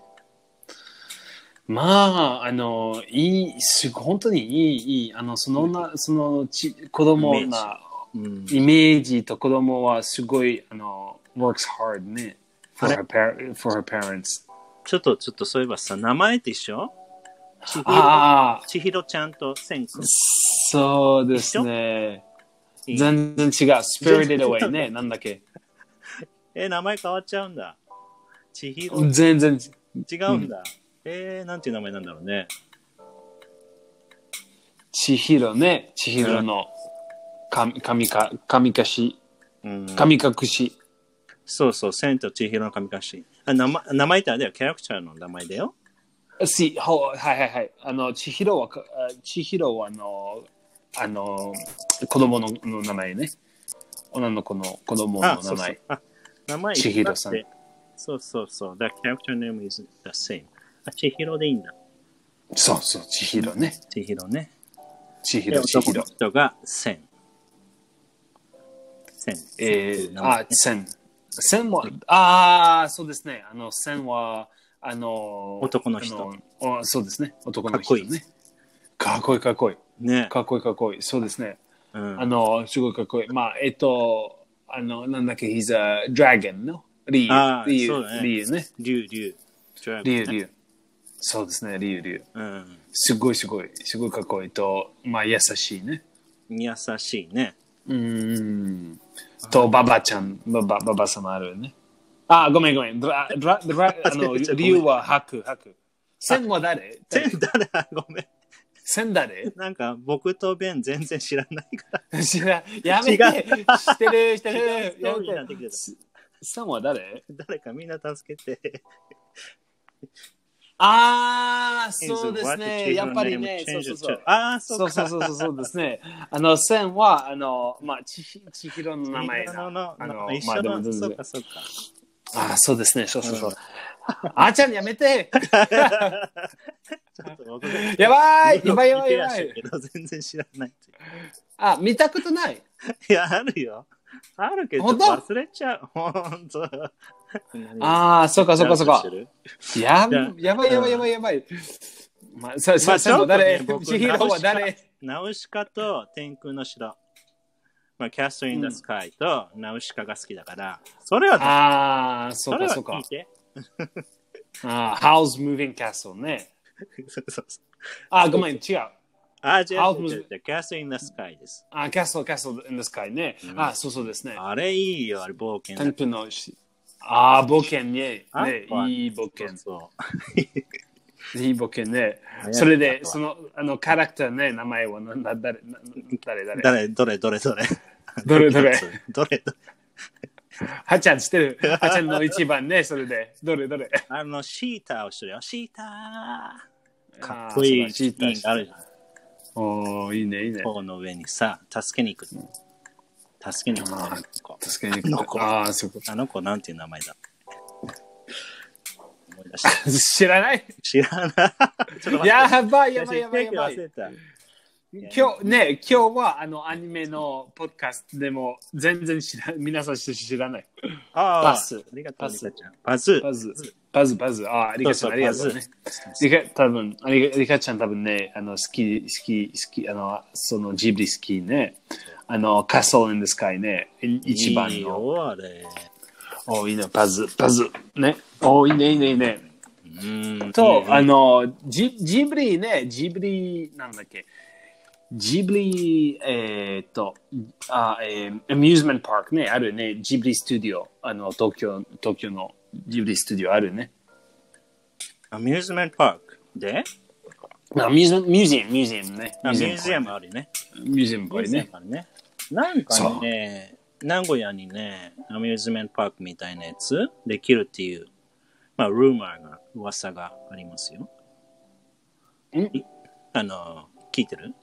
Speaker 2: まあ、あの、いい、す本当にいい、いい、あの、そのな、そのち、子供
Speaker 1: イメ
Speaker 2: な、
Speaker 1: うん、
Speaker 2: イメージと子供はすごい、あの、works hard ね。for
Speaker 1: あれ
Speaker 2: her, par- for her parents.
Speaker 1: ちょっと、ちょっとそういえばさ、名前と一緒千尋
Speaker 2: ああ、
Speaker 1: 千尋ちゃんと千くん。
Speaker 2: そうですね。
Speaker 1: 一緒
Speaker 2: 全然違う。Spirited
Speaker 1: 全然違う
Speaker 2: Away ね。なんだっけ。
Speaker 1: え、名前変わっちゃうんだ。千尋、違
Speaker 2: 全然。
Speaker 1: うんだ。えー、なんていう名前なんだろうね。
Speaker 2: 千尋ね。千尋の神神か神かし、
Speaker 1: うん、
Speaker 2: 神隠し。
Speaker 1: そうそう、千と千尋の神隠し。あ名前名前ってあれだよ、キャラクターの名前だよ。
Speaker 2: し、ほはいはいはい。あの、千尋はか、あ千尋はあの、あの、子供のの名前ね。女の子の子供の
Speaker 1: あ、
Speaker 2: 名
Speaker 1: そうそう
Speaker 2: 前。。
Speaker 1: あ、名前
Speaker 2: 千尋さん
Speaker 1: だってそうそうそう。The character name is the same. あ、千尋でいいんだ。
Speaker 2: そうそう、千尋ね。
Speaker 1: 千尋ね。
Speaker 2: 千
Speaker 1: で、
Speaker 2: 尋、千
Speaker 1: 男
Speaker 2: 尋
Speaker 1: の。人が千。千。
Speaker 2: えー、
Speaker 1: あ
Speaker 2: あ、、千。千は、ああ、そうですね。あの、千は、あの、
Speaker 1: 男の人
Speaker 2: あの。あそうですね。男の
Speaker 1: かっこ
Speaker 2: 人、
Speaker 1: いい
Speaker 2: ね。かっこいい。かっこいい、
Speaker 1: [laughs] ね。
Speaker 2: かっこいい、かっこいい。そうですね。
Speaker 1: うん
Speaker 2: あの、すごいかっこいい。まあ、えっと、あの、なんだっけ、he's a dragon の理
Speaker 1: あ
Speaker 2: 由。
Speaker 1: ー
Speaker 2: 理由
Speaker 1: そうだね
Speaker 2: 理由ね。
Speaker 1: 竜、竜。ドラゴン
Speaker 2: 理由、
Speaker 1: ね
Speaker 2: 理由。そうですね、理由、理由。
Speaker 1: うん。
Speaker 2: すごい、すごい。すごいかっこいいと、まあ、優しいね。
Speaker 1: 優しいね。
Speaker 2: うーんと、ばばちゃん、ばばばば様あるよね。あ、ごめんごめん。ドラ、ドラ、ド
Speaker 1: [laughs]
Speaker 2: ラ、あの、
Speaker 1: 違う違う
Speaker 2: 理由は白、白。千は誰
Speaker 1: 千、誰 [laughs] だごめん。
Speaker 2: 千
Speaker 1: [laughs]
Speaker 2: 誰
Speaker 1: なんか、僕とベン全然知らないから。
Speaker 2: 知らん [laughs] やめて
Speaker 1: 違
Speaker 2: してる、して
Speaker 1: [laughs]
Speaker 2: る。や
Speaker 1: そうにな
Speaker 2: め
Speaker 1: っ
Speaker 2: て
Speaker 1: てきてた。
Speaker 2: 千は誰
Speaker 1: 誰かみんな助けて。
Speaker 2: あー、そうですね。やっぱりね、そうそ
Speaker 1: Change the
Speaker 2: うそう。
Speaker 1: ああ、そ
Speaker 2: そううそ
Speaker 1: か
Speaker 2: う。そうそうそうですね。あの、千は、あの、まあ、ちひ、ちひろの名前だ。
Speaker 1: のの
Speaker 2: あの
Speaker 1: の、一
Speaker 2: まあ
Speaker 1: 緒
Speaker 2: でも全
Speaker 1: の、
Speaker 2: 然
Speaker 1: そうか、そうか。
Speaker 2: ああ、そうですね。そうそうそう。あーちゃんやめて
Speaker 1: ちょっと僕が
Speaker 2: やば
Speaker 1: [laughs]
Speaker 2: いやばいやばい
Speaker 1: 見て
Speaker 2: や
Speaker 1: らっ
Speaker 2: ば
Speaker 1: しゃる
Speaker 2: い
Speaker 1: けど全然知らないっていう
Speaker 2: あ、見たことない。
Speaker 1: いや、あるよ。あるけど、
Speaker 2: 本当
Speaker 1: 忘れちゃう。 [laughs] 本当。
Speaker 2: ああ、そうかそうかそうか
Speaker 1: ジャンプして。る
Speaker 2: や
Speaker 1: じゃあ
Speaker 2: やばいやばいやばいやばい。まあ、さ、さ、
Speaker 1: まあ
Speaker 2: 最後誰
Speaker 1: ちょっとね僕
Speaker 2: シヒロは
Speaker 1: [laughs]
Speaker 2: 誰
Speaker 1: ナウシカと天空の城。まあ、キャスト・イン・ザ・スカイとナウシカが好きだから、それはね、
Speaker 2: ああ、そ
Speaker 1: そうれ
Speaker 2: か
Speaker 1: は
Speaker 2: そうか
Speaker 1: 聞い。て。
Speaker 2: ああ、How's Moving Castle ね。
Speaker 1: そうそうそう
Speaker 2: あ、ごめん、違う。
Speaker 1: [laughs] あ、じゃ
Speaker 2: あ
Speaker 1: あ、違う違うキャスト・イン・ザ・スカイです。
Speaker 2: あ、Castle, Castle in the Sky ね。
Speaker 1: うん
Speaker 2: あ、そうそうですね。
Speaker 1: あれいいよ、あれ冒険
Speaker 2: 天空のし。ああ、冒険ね。
Speaker 1: あ
Speaker 2: ね
Speaker 1: まあ
Speaker 2: いい冒険。
Speaker 1: そう。
Speaker 2: いい冒険ね
Speaker 1: 早。い
Speaker 2: それで
Speaker 1: あ、とは
Speaker 2: その、あの、キャラクターね、名前は、な、な、誰、な誰、誰、
Speaker 1: 誰、どれ、どれ、どれ。
Speaker 2: どれどれ
Speaker 1: [laughs] どれ、どれ。
Speaker 2: ハちゃんして
Speaker 1: [laughs]
Speaker 2: る。ハちゃんの一番ね、それで。どれ、どれ。
Speaker 1: あの、シーターをしてるよ。シーターかっこい
Speaker 2: あー
Speaker 1: い
Speaker 2: そう
Speaker 1: シ
Speaker 2: だチーター
Speaker 1: ーンがあるじゃん。
Speaker 2: おー、いいね、いいね。
Speaker 1: 塔の上にさ、助けに行く。助けに行く。
Speaker 2: あ
Speaker 1: あ
Speaker 2: ー確かに。
Speaker 1: の子
Speaker 2: ああ、そういうこ
Speaker 1: の子、なんていう名前だ思
Speaker 2: [laughs]
Speaker 1: い出した。
Speaker 2: と。知らない
Speaker 1: 知らない。ちょっと待って。
Speaker 2: やばい、やばい、やばい、
Speaker 1: 忘
Speaker 2: やばい。
Speaker 1: れた。
Speaker 2: 今日、ね、今日は、あの、アニメのポッドキャストでも、全然知ら、皆さん知らない。
Speaker 1: ああ、
Speaker 2: パス
Speaker 1: ありがとう。
Speaker 2: パス
Speaker 1: リカちゃんパス。
Speaker 2: バズ、バズ、バズ。ああ、ありが
Speaker 1: そ
Speaker 2: とう、
Speaker 1: うそう
Speaker 2: ありがとう
Speaker 1: バ
Speaker 2: ね
Speaker 1: ズ。
Speaker 2: リカ、多分ありリカちゃん多分ね、あの、好き、好き、好き、あの、そのジブリ好きね。あの、カソーインデスカイね。い一番
Speaker 1: いい
Speaker 2: の。
Speaker 1: よ、あれ。
Speaker 2: おいいね、パズ、パズ。ね。おいいね、いいね、いいね。
Speaker 1: うん。
Speaker 2: と、あ
Speaker 1: の、
Speaker 2: のジ、ジブリね、ジブリ、なんだっけ。ジブリ、えーっと、あ、えー、アミューズメントパークね、あるね。ジブリスタジオ。あの、東京、東京のジブリスタジオあるね。
Speaker 1: アミューズメントパーク。で、
Speaker 2: あミューズミュージアム、ミュージアムね。
Speaker 1: あミュージアムあるよね。
Speaker 2: ミュージアムっぽいね。
Speaker 1: あるね。なんかにね、名古屋にね、アミューズメントパークみたいなやつできるっていう、まあ、ルーマーが、噂がありますよ。
Speaker 2: ん
Speaker 1: あの、聞いてる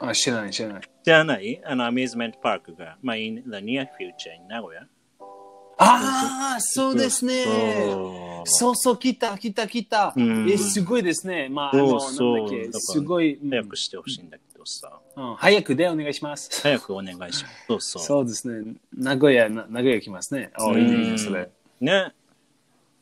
Speaker 2: あ、知らない、知らない。
Speaker 1: じゃないあの、アミューズメントパークが、まあ、in the near future in 名古屋。
Speaker 2: ああ、そうですね。
Speaker 1: そ
Speaker 2: そうそう、来た、来た、来た。
Speaker 1: うん
Speaker 2: え、すごいですね。まあ、あ
Speaker 1: そ
Speaker 2: の、
Speaker 1: うそう
Speaker 2: なんだっ
Speaker 1: だ
Speaker 2: け、
Speaker 1: から
Speaker 2: すごい。
Speaker 1: う。
Speaker 2: うん
Speaker 1: 早くしてほしいんだけどさ。
Speaker 2: うん早くでお願いします。
Speaker 1: 早くお願いします。そうそう。
Speaker 2: そうですね。名古屋、な名古屋来ますね。あ、いいね、いいね、それ。
Speaker 1: ね。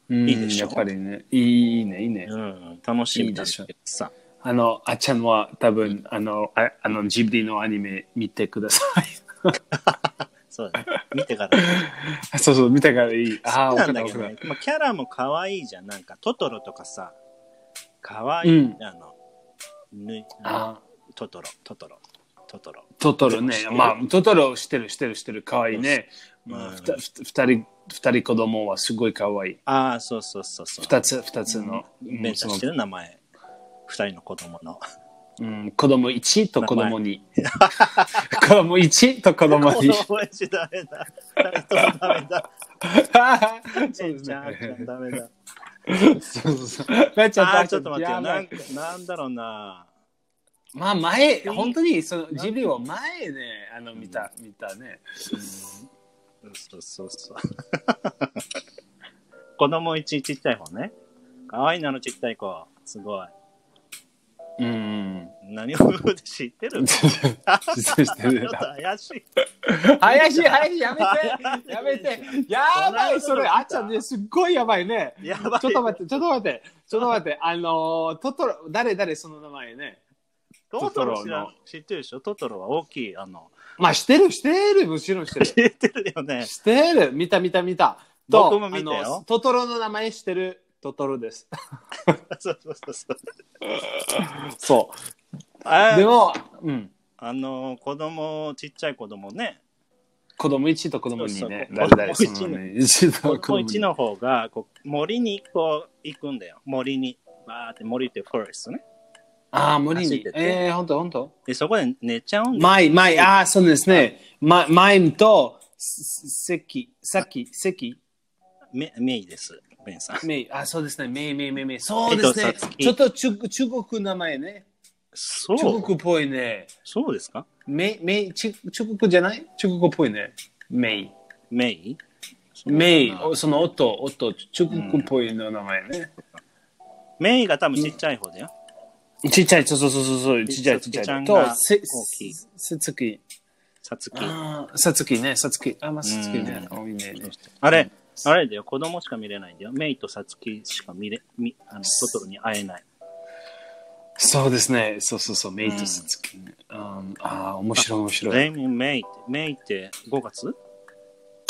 Speaker 2: うん
Speaker 1: いいでしょ
Speaker 2: やっぱりね。いいね、いいね
Speaker 1: う。ん。楽しみだけどさ。
Speaker 2: あの、あっちゃんは多分、あの、ああの、ジブリのアニメ見てくださ
Speaker 1: [laughs] そうだね。見てから。
Speaker 2: い。そうそう、見たからいい。ああ、
Speaker 1: 好
Speaker 2: わ
Speaker 1: き
Speaker 2: か
Speaker 1: な
Speaker 2: っ
Speaker 1: ん
Speaker 2: た、
Speaker 1: だ
Speaker 2: わかっ
Speaker 1: けどね。まあ、キャラも可愛いじゃん。なんか、トトロとかさ、可
Speaker 2: た。う
Speaker 1: 愛い、
Speaker 2: ん。
Speaker 1: あの、ぬ
Speaker 2: ああ。
Speaker 1: トトロ、トトロ、トトロ。
Speaker 2: トトロね
Speaker 1: 知って。る
Speaker 2: まあ、トトロしてる、してる、してる。かわいいね。
Speaker 1: うん
Speaker 2: まあ、ふたふた二人、二人子供はすごいかわいい。
Speaker 1: ああ、そうそうそうそう。
Speaker 2: 二つ、二つの、う
Speaker 1: ベン
Speaker 2: ん
Speaker 1: チ
Speaker 2: そ
Speaker 1: し
Speaker 2: の
Speaker 1: てる名前。二人の子供の。
Speaker 2: うん、子供1と子供2。子供1と子供
Speaker 1: [laughs] 子
Speaker 2: 2。
Speaker 1: 供一ダメだ。二人ともダメだ。
Speaker 2: [laughs] そうです
Speaker 1: じゃあ、
Speaker 2: ね。
Speaker 1: ダメだ。
Speaker 2: そうそうそう。なっちゃん
Speaker 1: あ
Speaker 2: あ
Speaker 1: あ、ちょっと待ってよ。
Speaker 2: や
Speaker 1: な
Speaker 2: ば
Speaker 1: ん
Speaker 2: い
Speaker 1: かなんだろうな。
Speaker 2: まあ、前、本当に、その、ジブリを前ね、あの、見た、見たね。
Speaker 1: そうそうそう。 [laughs] 子供一ちっちゃい方ね。可愛いなのちっちゃい子。すごい。
Speaker 2: うん。 [laughs]
Speaker 1: 何を [laughs] 言うこと知ってるちょ
Speaker 2: 失礼して
Speaker 1: っ
Speaker 2: る [laughs]
Speaker 1: と。[laughs] 怪しい。
Speaker 2: 怪しい、怪しい、やめ [laughs] て、やめ
Speaker 1: [laughs]
Speaker 2: て。やばい、それ、あっちゃんね、すっごいやばいね。
Speaker 1: やばい。
Speaker 2: ちょっと待って、ちょっと待って、ちょっと待って、
Speaker 1: [laughs]
Speaker 2: あのー、トトロ、誰誰その名前ね。
Speaker 1: トトロ知らん
Speaker 2: トトロの
Speaker 1: 知ってるでしょトトロは大きい。あの、
Speaker 2: まあ、してる、してる、もちろん
Speaker 1: [laughs]
Speaker 2: してる。
Speaker 1: 知ってるよね。
Speaker 2: してる、見た、見た、見た。
Speaker 1: 僕も見た
Speaker 2: あ
Speaker 1: よ
Speaker 2: のトトロの名前してる、トトロ
Speaker 1: [laughs]
Speaker 2: です。
Speaker 1: そうそうそうそう。
Speaker 2: そ
Speaker 1: あ
Speaker 2: う。 [laughs] でも、うん。
Speaker 1: あの、子供、ちっちゃい子供ね。
Speaker 2: 子供1と子供2ね。
Speaker 1: そうそう
Speaker 2: 誰々
Speaker 1: 子
Speaker 2: そ
Speaker 1: 供
Speaker 2: のね、1
Speaker 1: 子
Speaker 2: と子
Speaker 1: 供
Speaker 2: 供
Speaker 1: 一
Speaker 2: 2。
Speaker 1: の方がこう森にこう行くんだよ。森に。バーって森ってフォレストね。
Speaker 2: [laughs] ああ、無理
Speaker 1: 走っ
Speaker 2: に
Speaker 1: て。て
Speaker 2: えー、ほんとほんと。
Speaker 1: で、そこで寝ちゃうんだよ。
Speaker 2: マイ、マイ、ああ、そうですね。ママイムと、せき、さき、せき、
Speaker 1: メメイです、ベンさん。
Speaker 2: メイ、あ、そうですね。メイ、メイ、メイ、メイ。そうです
Speaker 1: え
Speaker 2: ね
Speaker 1: っとさ。き
Speaker 2: ちょっと中中国名前ね。
Speaker 1: そ
Speaker 2: 中
Speaker 1: う
Speaker 2: 国っぽいね。
Speaker 1: そうですか
Speaker 2: メイ、メイ、ち中国じゃない中国っぽいね。メイ。
Speaker 1: メイ
Speaker 2: メイ、その音、音、中国っぽいの名前ね。
Speaker 1: メイが多分ちっちゃい方だよ。
Speaker 2: ちっちゃい、そうそうそうそうそう、ちっちゃい、ちっち
Speaker 1: ちっちゃ
Speaker 2: ゃ
Speaker 1: い
Speaker 2: い。
Speaker 1: ちゃんが
Speaker 2: と、せ、
Speaker 1: 大きい
Speaker 2: せつき。
Speaker 1: さつき。
Speaker 2: ああ、さつきね、さつき。あ、まあ、さつきね。多いね。
Speaker 1: あれ、あれだよ、子供しか見れないんだよ。メイとサツキしか見れ、みあの、トトロに会えない。
Speaker 2: そうですね。そうそうそう、メイとさつきね。あーあー、面白い、面白い。
Speaker 1: レミメイって、メイって5月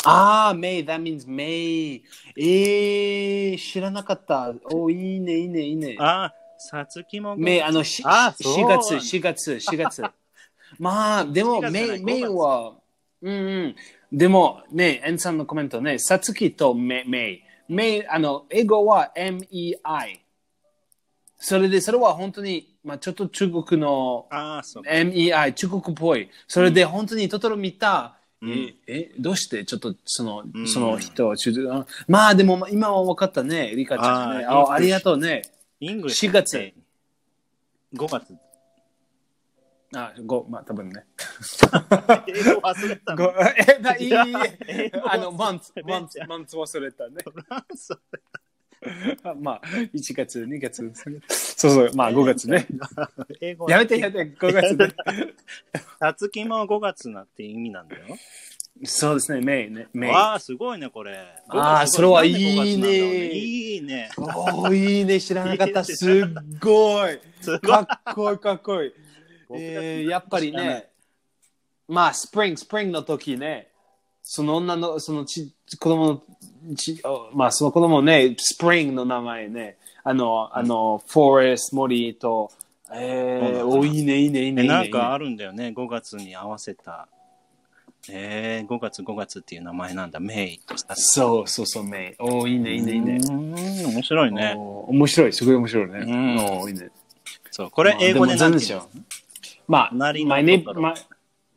Speaker 2: ああ、メイ、that means メイ。ええ、知らなかった。おーいいね、いいね、いいね。
Speaker 1: ああ、サツキも5月。
Speaker 2: メイ、あの、し
Speaker 1: あそう
Speaker 2: 4月、4月、4月。
Speaker 1: [laughs]
Speaker 2: まあ、でも、
Speaker 1: 4月じゃな
Speaker 2: メ
Speaker 1: い
Speaker 2: イ、メイ
Speaker 1: 5月
Speaker 2: は、うんうん。でも、ね、エンさんのコメントね、さつきとメイ、メイ。メイ、あの、英語は MEI。それで、それは本当に、まあ、ちょっと中国の
Speaker 1: ああ、そう。
Speaker 2: MEI、中国っぽい。それで、本当にトトロ見た、
Speaker 1: うん
Speaker 2: え、え、どうしてちょっと、その
Speaker 1: う、ん
Speaker 2: その人を、ちょっとあまあ、でも、今は分かったね、リカちゃんね。
Speaker 1: あー
Speaker 2: あありがとうね。
Speaker 1: イングリッシュ
Speaker 2: 4月。
Speaker 1: 5月。
Speaker 2: [laughs] あ、ご、まあ、多分ね。
Speaker 1: 英語忘れた
Speaker 2: ご
Speaker 1: の。
Speaker 2: え、だ [laughs] いい
Speaker 1: い [laughs] や
Speaker 2: え
Speaker 1: 英語
Speaker 2: あの、マンツ
Speaker 1: 忘れ、た
Speaker 2: マンツ、マンツ忘れたね。 [laughs]
Speaker 1: そう
Speaker 2: まあ、1月、2月、3月そうそう、まあ、5月ね。
Speaker 1: 英語
Speaker 2: やめて、やめて、5月
Speaker 1: [laughs]
Speaker 2: ね。
Speaker 1: サツキも5月なって意味なんだよ。
Speaker 2: そうですね、メイね、メイ。
Speaker 1: わあ、すごいね、これ。
Speaker 2: あー
Speaker 1: 5月
Speaker 2: それはいい
Speaker 1: なんで5月なんだろう
Speaker 2: ね
Speaker 1: いいね。
Speaker 2: おー、いいね、知らなかった。すっごい。
Speaker 1: すごい。
Speaker 2: かっこいい、かっこいい。えー、やっぱり
Speaker 1: 知らない
Speaker 2: ね、まあ、スプリング、スプリングの時ね、その女の、そのち子供のち、おまあ、その子供ね、スプリングの名前ね、あの、あの、フォレス、森と、えー、
Speaker 1: そうなんだ
Speaker 2: お、いいね、いいね、いいね。
Speaker 1: え
Speaker 2: いいね
Speaker 1: なんかあるんだよね、5月に合わせた。えー、5月5月っていう名前なんだ、メイとさ
Speaker 2: そうそうそう、メイ。お、いいね、いいね、いいうね。
Speaker 1: ーん、面白いね。
Speaker 2: お面白い、すごい面白いね。
Speaker 1: うん
Speaker 2: おいいね。
Speaker 1: そう、これ英語で
Speaker 2: な
Speaker 1: なん
Speaker 2: で
Speaker 1: ん
Speaker 2: す
Speaker 1: ていう
Speaker 2: よ
Speaker 1: の。
Speaker 2: まあ、
Speaker 1: 隣の
Speaker 2: my neigh-
Speaker 1: トトロ
Speaker 2: my-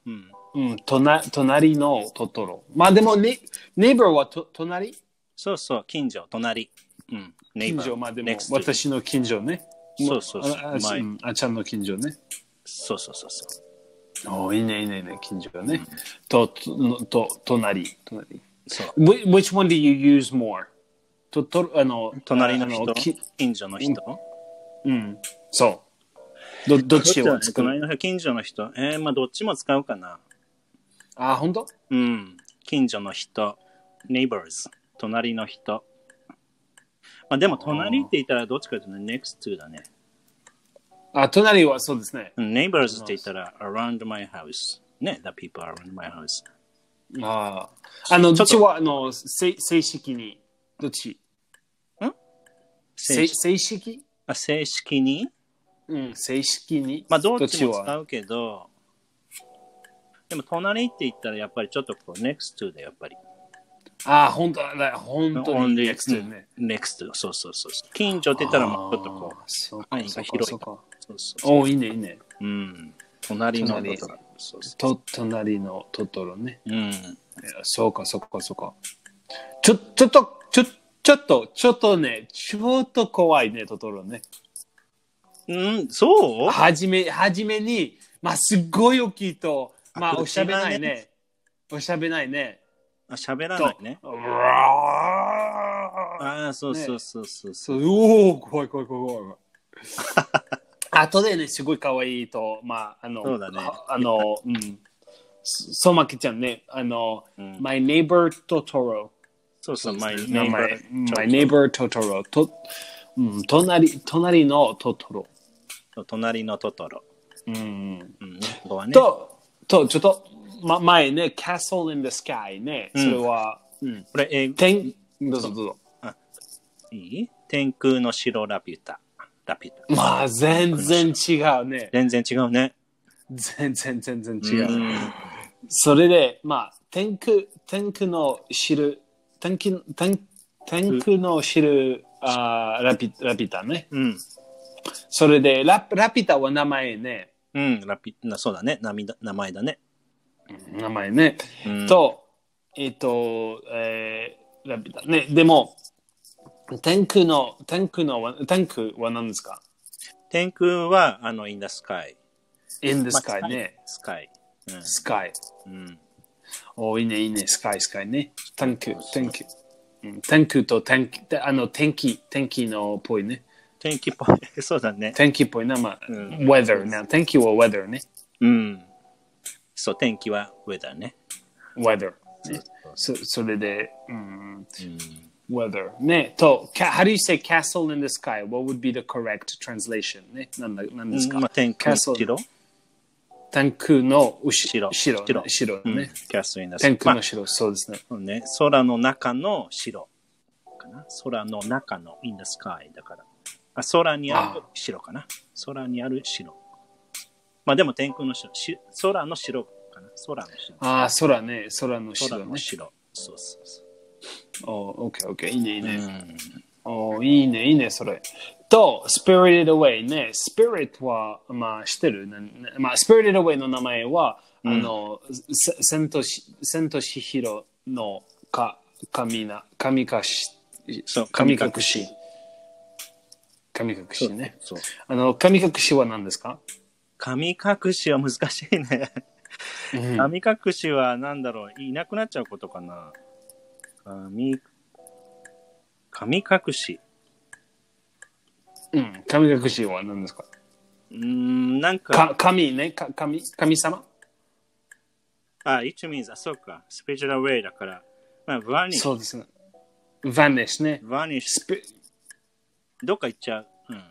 Speaker 1: うん。
Speaker 2: うん、とな隣のトトロ。まあでも、ね、ネイバーはと隣
Speaker 1: そうそう、近所、隣。うん。
Speaker 2: 近所まあでも
Speaker 1: next to you
Speaker 2: 私の近所ね。
Speaker 1: そうそうそう
Speaker 2: ああ
Speaker 1: 前
Speaker 2: うんあちゃんの近所ね。
Speaker 1: そうそうそうそう。
Speaker 2: おーいいねいいねいいね近所ね。ととのと隣隣。
Speaker 1: そう。
Speaker 2: Whi- Which one do you use more? ととあの
Speaker 1: 隣の
Speaker 2: あ
Speaker 1: 人
Speaker 2: き、
Speaker 1: 近所の人。
Speaker 2: うんそう。どどっちを使
Speaker 1: 隣
Speaker 2: う？
Speaker 1: の人、近所の人。えー、まあどっちも使うかな。
Speaker 2: あ本当？
Speaker 1: うん。近所の人、neighbors、隣の人。まあでも、隣って言ったらどっちかというとね next to だね。
Speaker 2: あ隣はそうですね。
Speaker 1: うん neighbors って言ったら around my house。ね、the people around my house。
Speaker 2: あああの
Speaker 1: ち
Speaker 2: ど
Speaker 1: ょっ
Speaker 2: っ
Speaker 1: と
Speaker 2: ちはあの正正式にどっち？
Speaker 1: 正
Speaker 2: 正正
Speaker 1: 式
Speaker 2: 式？
Speaker 1: あ正式に
Speaker 2: うん正式に。
Speaker 1: まあどっちも
Speaker 2: は
Speaker 1: 使うけど、でも隣って言ったらやっぱりちょっとこう next to でやっぱり。
Speaker 2: ああ、本当だ、本当に
Speaker 1: Only
Speaker 2: ネクストね。
Speaker 1: うん next to。そうそうそう。近所って言ったらもうちょっとこう
Speaker 2: ああ、そうか
Speaker 1: 範囲が広
Speaker 2: そう
Speaker 1: いか
Speaker 2: か。
Speaker 1: ら。そうそう
Speaker 2: おお、いいね、いいね。
Speaker 1: う。うん。隣の
Speaker 2: 隣
Speaker 1: ことだ。そうそ
Speaker 2: と、隣のトトロね。
Speaker 1: う。うん。
Speaker 2: そうか、そうか、そうか。ちょ、ちょっと、ちょ、ちょっと、ちょっとね、ちょっと怖いね、トトロね。
Speaker 1: うん、そう
Speaker 2: はじめ、はじめに、まあ、すっごい大きいと、ま
Speaker 1: あ
Speaker 2: あ、おしゃべない
Speaker 1: こっち
Speaker 2: ね。おしゃべないね。
Speaker 1: あ喋ら
Speaker 2: と
Speaker 1: ないね。
Speaker 2: うわー
Speaker 1: ああ、そうそうそうそうそう。
Speaker 2: そう、おお、怖い怖い怖い怖い怖い。
Speaker 1: [laughs]
Speaker 2: あとでね、すごい可愛いと、まあ、あの、
Speaker 1: そうだね
Speaker 2: ああの、うん。そまきちゃんね、あの、
Speaker 1: うん
Speaker 2: My neighbor Totoro。
Speaker 1: そうそう、my
Speaker 2: 名前
Speaker 1: neighbor。
Speaker 2: My neighbor Totoro。と、うん、隣、隣のトトロ。
Speaker 1: 隣のトトロ。
Speaker 2: うん。
Speaker 1: うん、ここはね。
Speaker 2: と、と、ちょっと、ま、前ね、Castle in the Sky ね、それは、うん。
Speaker 1: これ、英語
Speaker 2: 天、どうぞどうぞ。
Speaker 1: いい天空の城ラピュタ。ラピュタ。
Speaker 2: まあ、全然違うね。
Speaker 1: 全然違うね。
Speaker 2: 全然全然違う。
Speaker 1: うん
Speaker 2: それで、まあ、天空、天空の汁、天空、天天空の汁、あーラピ、ラピュタね。
Speaker 1: うん。
Speaker 2: それで、ラ、ラピュタは名前ね。
Speaker 1: うん、ラピなそうだね。涙名前だね。
Speaker 2: 名前ね。
Speaker 1: うん
Speaker 2: と、えっ、と、えーラピュタね。でも、天空の、天空のは、天空は何ですか
Speaker 1: 天空は、あの、in the sky。
Speaker 2: ?in the sky ね。
Speaker 1: スカイ。
Speaker 2: sky。
Speaker 1: うん。うん
Speaker 2: おーいいね、いいね、スカイ、スカイね。Thank you, thank you. うん Thank you と thank あの天気、天気のっぽいね。
Speaker 1: 天気っぽい。 [laughs] そうだね。
Speaker 2: 天気っぽいな、まあ、
Speaker 1: うん
Speaker 2: weather な。天気は weather ね。
Speaker 1: うん。そう、天気は上だね。
Speaker 2: weather ね。そそれで、うん、
Speaker 1: うん。
Speaker 2: mm, weather ね。と、ca- how do you say castle in the sky? What would be the correct translation? ね。なんだなんですか、
Speaker 1: まあ、天気の
Speaker 2: castle
Speaker 1: 城
Speaker 2: 天空の後
Speaker 1: 城
Speaker 2: ろ。白
Speaker 1: 城
Speaker 2: ね。白
Speaker 1: う
Speaker 2: ね。
Speaker 1: ん、キャストインダ
Speaker 2: 天空
Speaker 1: ま
Speaker 2: の城、そうですね。
Speaker 1: あね、空の中の城かな。空の中の in the sky だから。あ空にある城かな。空にある城。まあでも天空の城、し空の城かな。空の城。
Speaker 2: ああ、空ね。空の城
Speaker 1: 空
Speaker 2: ね
Speaker 1: の。城。そうそうそう。
Speaker 2: おー、OK、OK。いいね、いいね。
Speaker 1: うん、
Speaker 2: おーいいね、いいね、それ。と、Spirited Away ね、Spirit は、まあ、知ってる、ななまあ、Spirited Away の名前は、あの、せ千とし千と千尋のか神な、神隠し、
Speaker 1: そう
Speaker 2: 神隠し。神隠しね。
Speaker 1: そう。
Speaker 2: あの、神隠しは何ですか、
Speaker 1: 神隠しは難しいね。
Speaker 2: うん
Speaker 1: 神隠しは何だろういなくなっちゃうことかな神、神隠し。
Speaker 2: うん、神隠しは何ですか
Speaker 1: うーん、なんか、
Speaker 2: か神ね、か神、神様
Speaker 1: あ、it means, あ、そうか、スペシャルウェイだから、まあ、バニッシ
Speaker 2: そうですね。Vanish ね。
Speaker 1: ュ、バニッシ
Speaker 2: Spi-
Speaker 1: ュ、どっか行っちゃう。うん。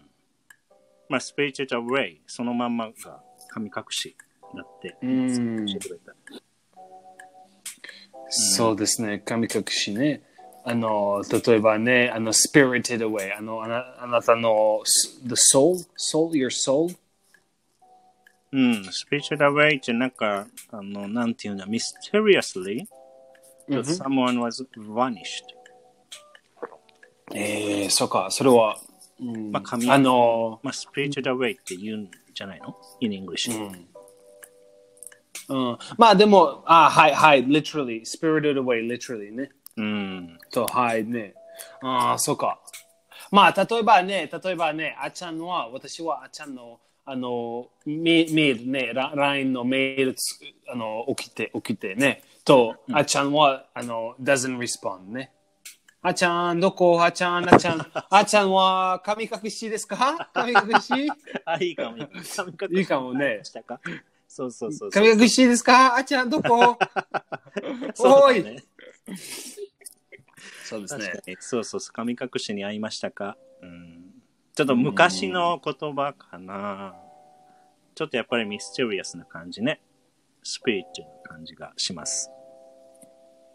Speaker 1: まあ、スペシャルウェイ、そのまんまが神隠しだって。
Speaker 2: うん
Speaker 1: 教えてくれた
Speaker 2: そうですね、神隠しね。あの、例えばね、あの、spirited away。あの、あなあなたの、s- the soul? soul? your soul?
Speaker 1: うん、スペシャルウェイってなんか、あの、なんていうんだ、mysteriously, that someone was vanished.
Speaker 2: ええそうか、それは、うん
Speaker 1: まあ神
Speaker 2: あの、
Speaker 1: まあ、スピリチュアルウェイって言うんじゃないの ?in English、
Speaker 2: うん、まあでも、あ、はい、はい、literally, spirited away, literally ね。
Speaker 1: うん。
Speaker 2: と、はいね。ああ、そうか。まあ、例えばね、例えばね、あちゃんは、私はあちゃんの、あの、メメールね、ラ LINE のメールつ、あの、起きて、起きてね。と、あちゃんは、あの、doesn't respond ね。あちゃん、どこあちゃん、あちゃん。あちゃんは、神隠しですか神隠し
Speaker 1: あ、いいかも、いいかも。神隠し
Speaker 2: いいかもね
Speaker 1: したかそうそうそうそう。
Speaker 2: 神隠しですかあちゃん、ど [laughs] こ
Speaker 1: そ
Speaker 2: お
Speaker 1: うだ
Speaker 2: い
Speaker 1: ね。
Speaker 2: そうです
Speaker 1: 確
Speaker 2: ね
Speaker 1: か。に。 [laughs] そうそうそう。神隠しに会いましたかうん。ちょっと昔の言葉かな。ちょっとやっぱりミステリアスな感じね。スピリチュアルな感じが
Speaker 2: [laughs]
Speaker 1: します。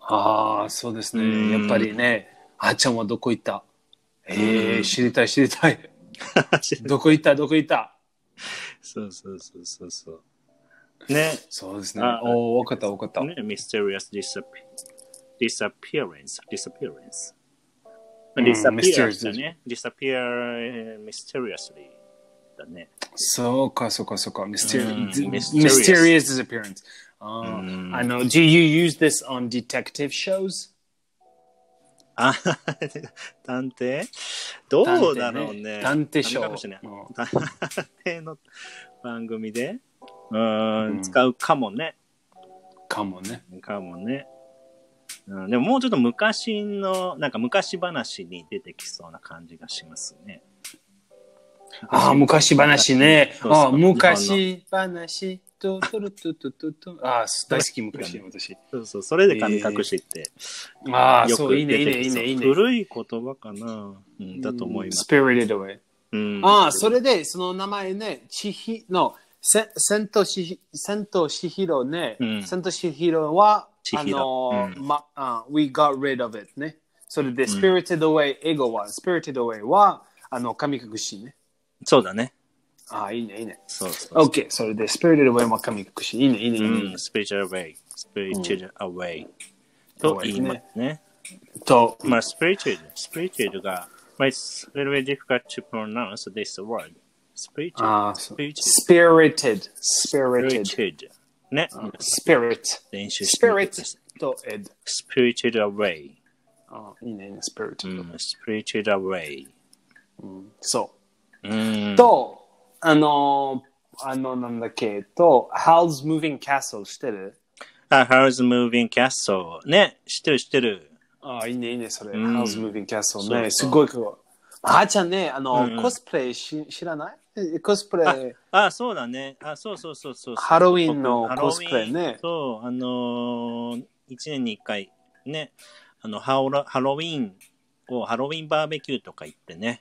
Speaker 2: ああ、そうです
Speaker 1: うん
Speaker 2: ね。やっぱりね、あーちゃんはどこ行ったええ知りたい、知りた
Speaker 1: [laughs]
Speaker 2: い。どこ行った、どこ行った。
Speaker 1: そうそうそうそうそう。ね。
Speaker 2: そうですね
Speaker 1: あ。
Speaker 2: おお、わかった、わかった。
Speaker 1: ね、mysterious disap disappearance, disappearance.
Speaker 2: ん
Speaker 1: disappear
Speaker 2: mysterious
Speaker 1: だね。disappear eh, mysteriously だね。
Speaker 2: そうか、そうか、そうか。mysterious,
Speaker 1: うん
Speaker 2: mysterious disappearance. あ
Speaker 1: うん
Speaker 2: ーあの、do you use this on detective shows?
Speaker 1: あ、探偵どうだろうね。
Speaker 2: 探偵ショー
Speaker 1: ダメかもしれない
Speaker 2: うん
Speaker 1: 探偵の番組で、うーん、使うかもね。
Speaker 2: かもね。
Speaker 1: かもね。うん、でももうちょっと昔の、なんか昔話に出てきそうな感じがしますね。
Speaker 2: ああ、昔話ね。
Speaker 1: そうそう
Speaker 2: あー昔話。トゥトゥルトゥトゥトゥトゥああ、大好き、昔、私。
Speaker 1: そうそう、それで神隠しって、
Speaker 2: ああ、
Speaker 1: よ
Speaker 2: そう、
Speaker 1: く
Speaker 2: いいね、い
Speaker 1: 出
Speaker 2: いね、い
Speaker 1: てき
Speaker 2: い
Speaker 1: そう
Speaker 2: ね、いいね。
Speaker 1: 古い言葉かな、うん、だと思います。
Speaker 2: spirited away.
Speaker 1: うん、
Speaker 2: ああ、それで、その名前ね、千尋の、せ千と千千と千尋ね、
Speaker 1: うん
Speaker 2: 千と千尋は、
Speaker 1: 千
Speaker 2: あ
Speaker 1: 尋
Speaker 2: の、
Speaker 1: うん
Speaker 2: まあ、we got rid of it ね。それで、spirited away、エゴは、spirited away は、あの、神隠しね。
Speaker 1: そうだね。
Speaker 2: ああ、いいね、いいね。
Speaker 1: そうそう。
Speaker 2: OK、それで、spirited away は神隠し。いいね、いいね、いいね。
Speaker 1: うん、スピリチュアルウェイ。スピリチュアルウェイ。と言いますね。
Speaker 2: と、
Speaker 1: まあ、スピリチュアル、スピリチュアルが、まあ、it's a little bit difficult to pronounce this word. スピリチュ
Speaker 2: あ
Speaker 1: アル。
Speaker 2: あ、
Speaker 1: ス
Speaker 2: そう
Speaker 1: ピリチ
Speaker 2: spirited、
Speaker 1: ュアル。
Speaker 2: spirited、
Speaker 1: ね。
Speaker 2: spirit、
Speaker 1: 練習してみてくだ
Speaker 2: spirit
Speaker 1: さい。
Speaker 2: と ed。
Speaker 1: スピリチュアルウェイ。
Speaker 2: ああ、いいね、いいね、spirit。
Speaker 1: うん、スピリチュアルウェイ。
Speaker 2: そう。
Speaker 1: うん。
Speaker 2: と、あの、あの、なんだっけ、と、Howl's Moving Castle してる
Speaker 1: あ、How's Moving Castle。ね、知ってる知ってる。
Speaker 2: ああ、いいね、いいね、それ。
Speaker 1: うん
Speaker 2: How's Moving Castle
Speaker 1: そうそ
Speaker 2: ね。
Speaker 1: う
Speaker 2: すごいかっこいい。あーちゃんね、あの、
Speaker 1: うん
Speaker 2: コスプレし知らないえコスプレ、
Speaker 1: あ、そうだね。あ、そうそうそうそうそう。
Speaker 2: ハロウィンの
Speaker 1: 僕
Speaker 2: コスプレね
Speaker 1: ハロウィンそう、あのー、一年に一回、ね、あの、ハオラハロウィンを、ハロウィンバーベキューとか行ってね、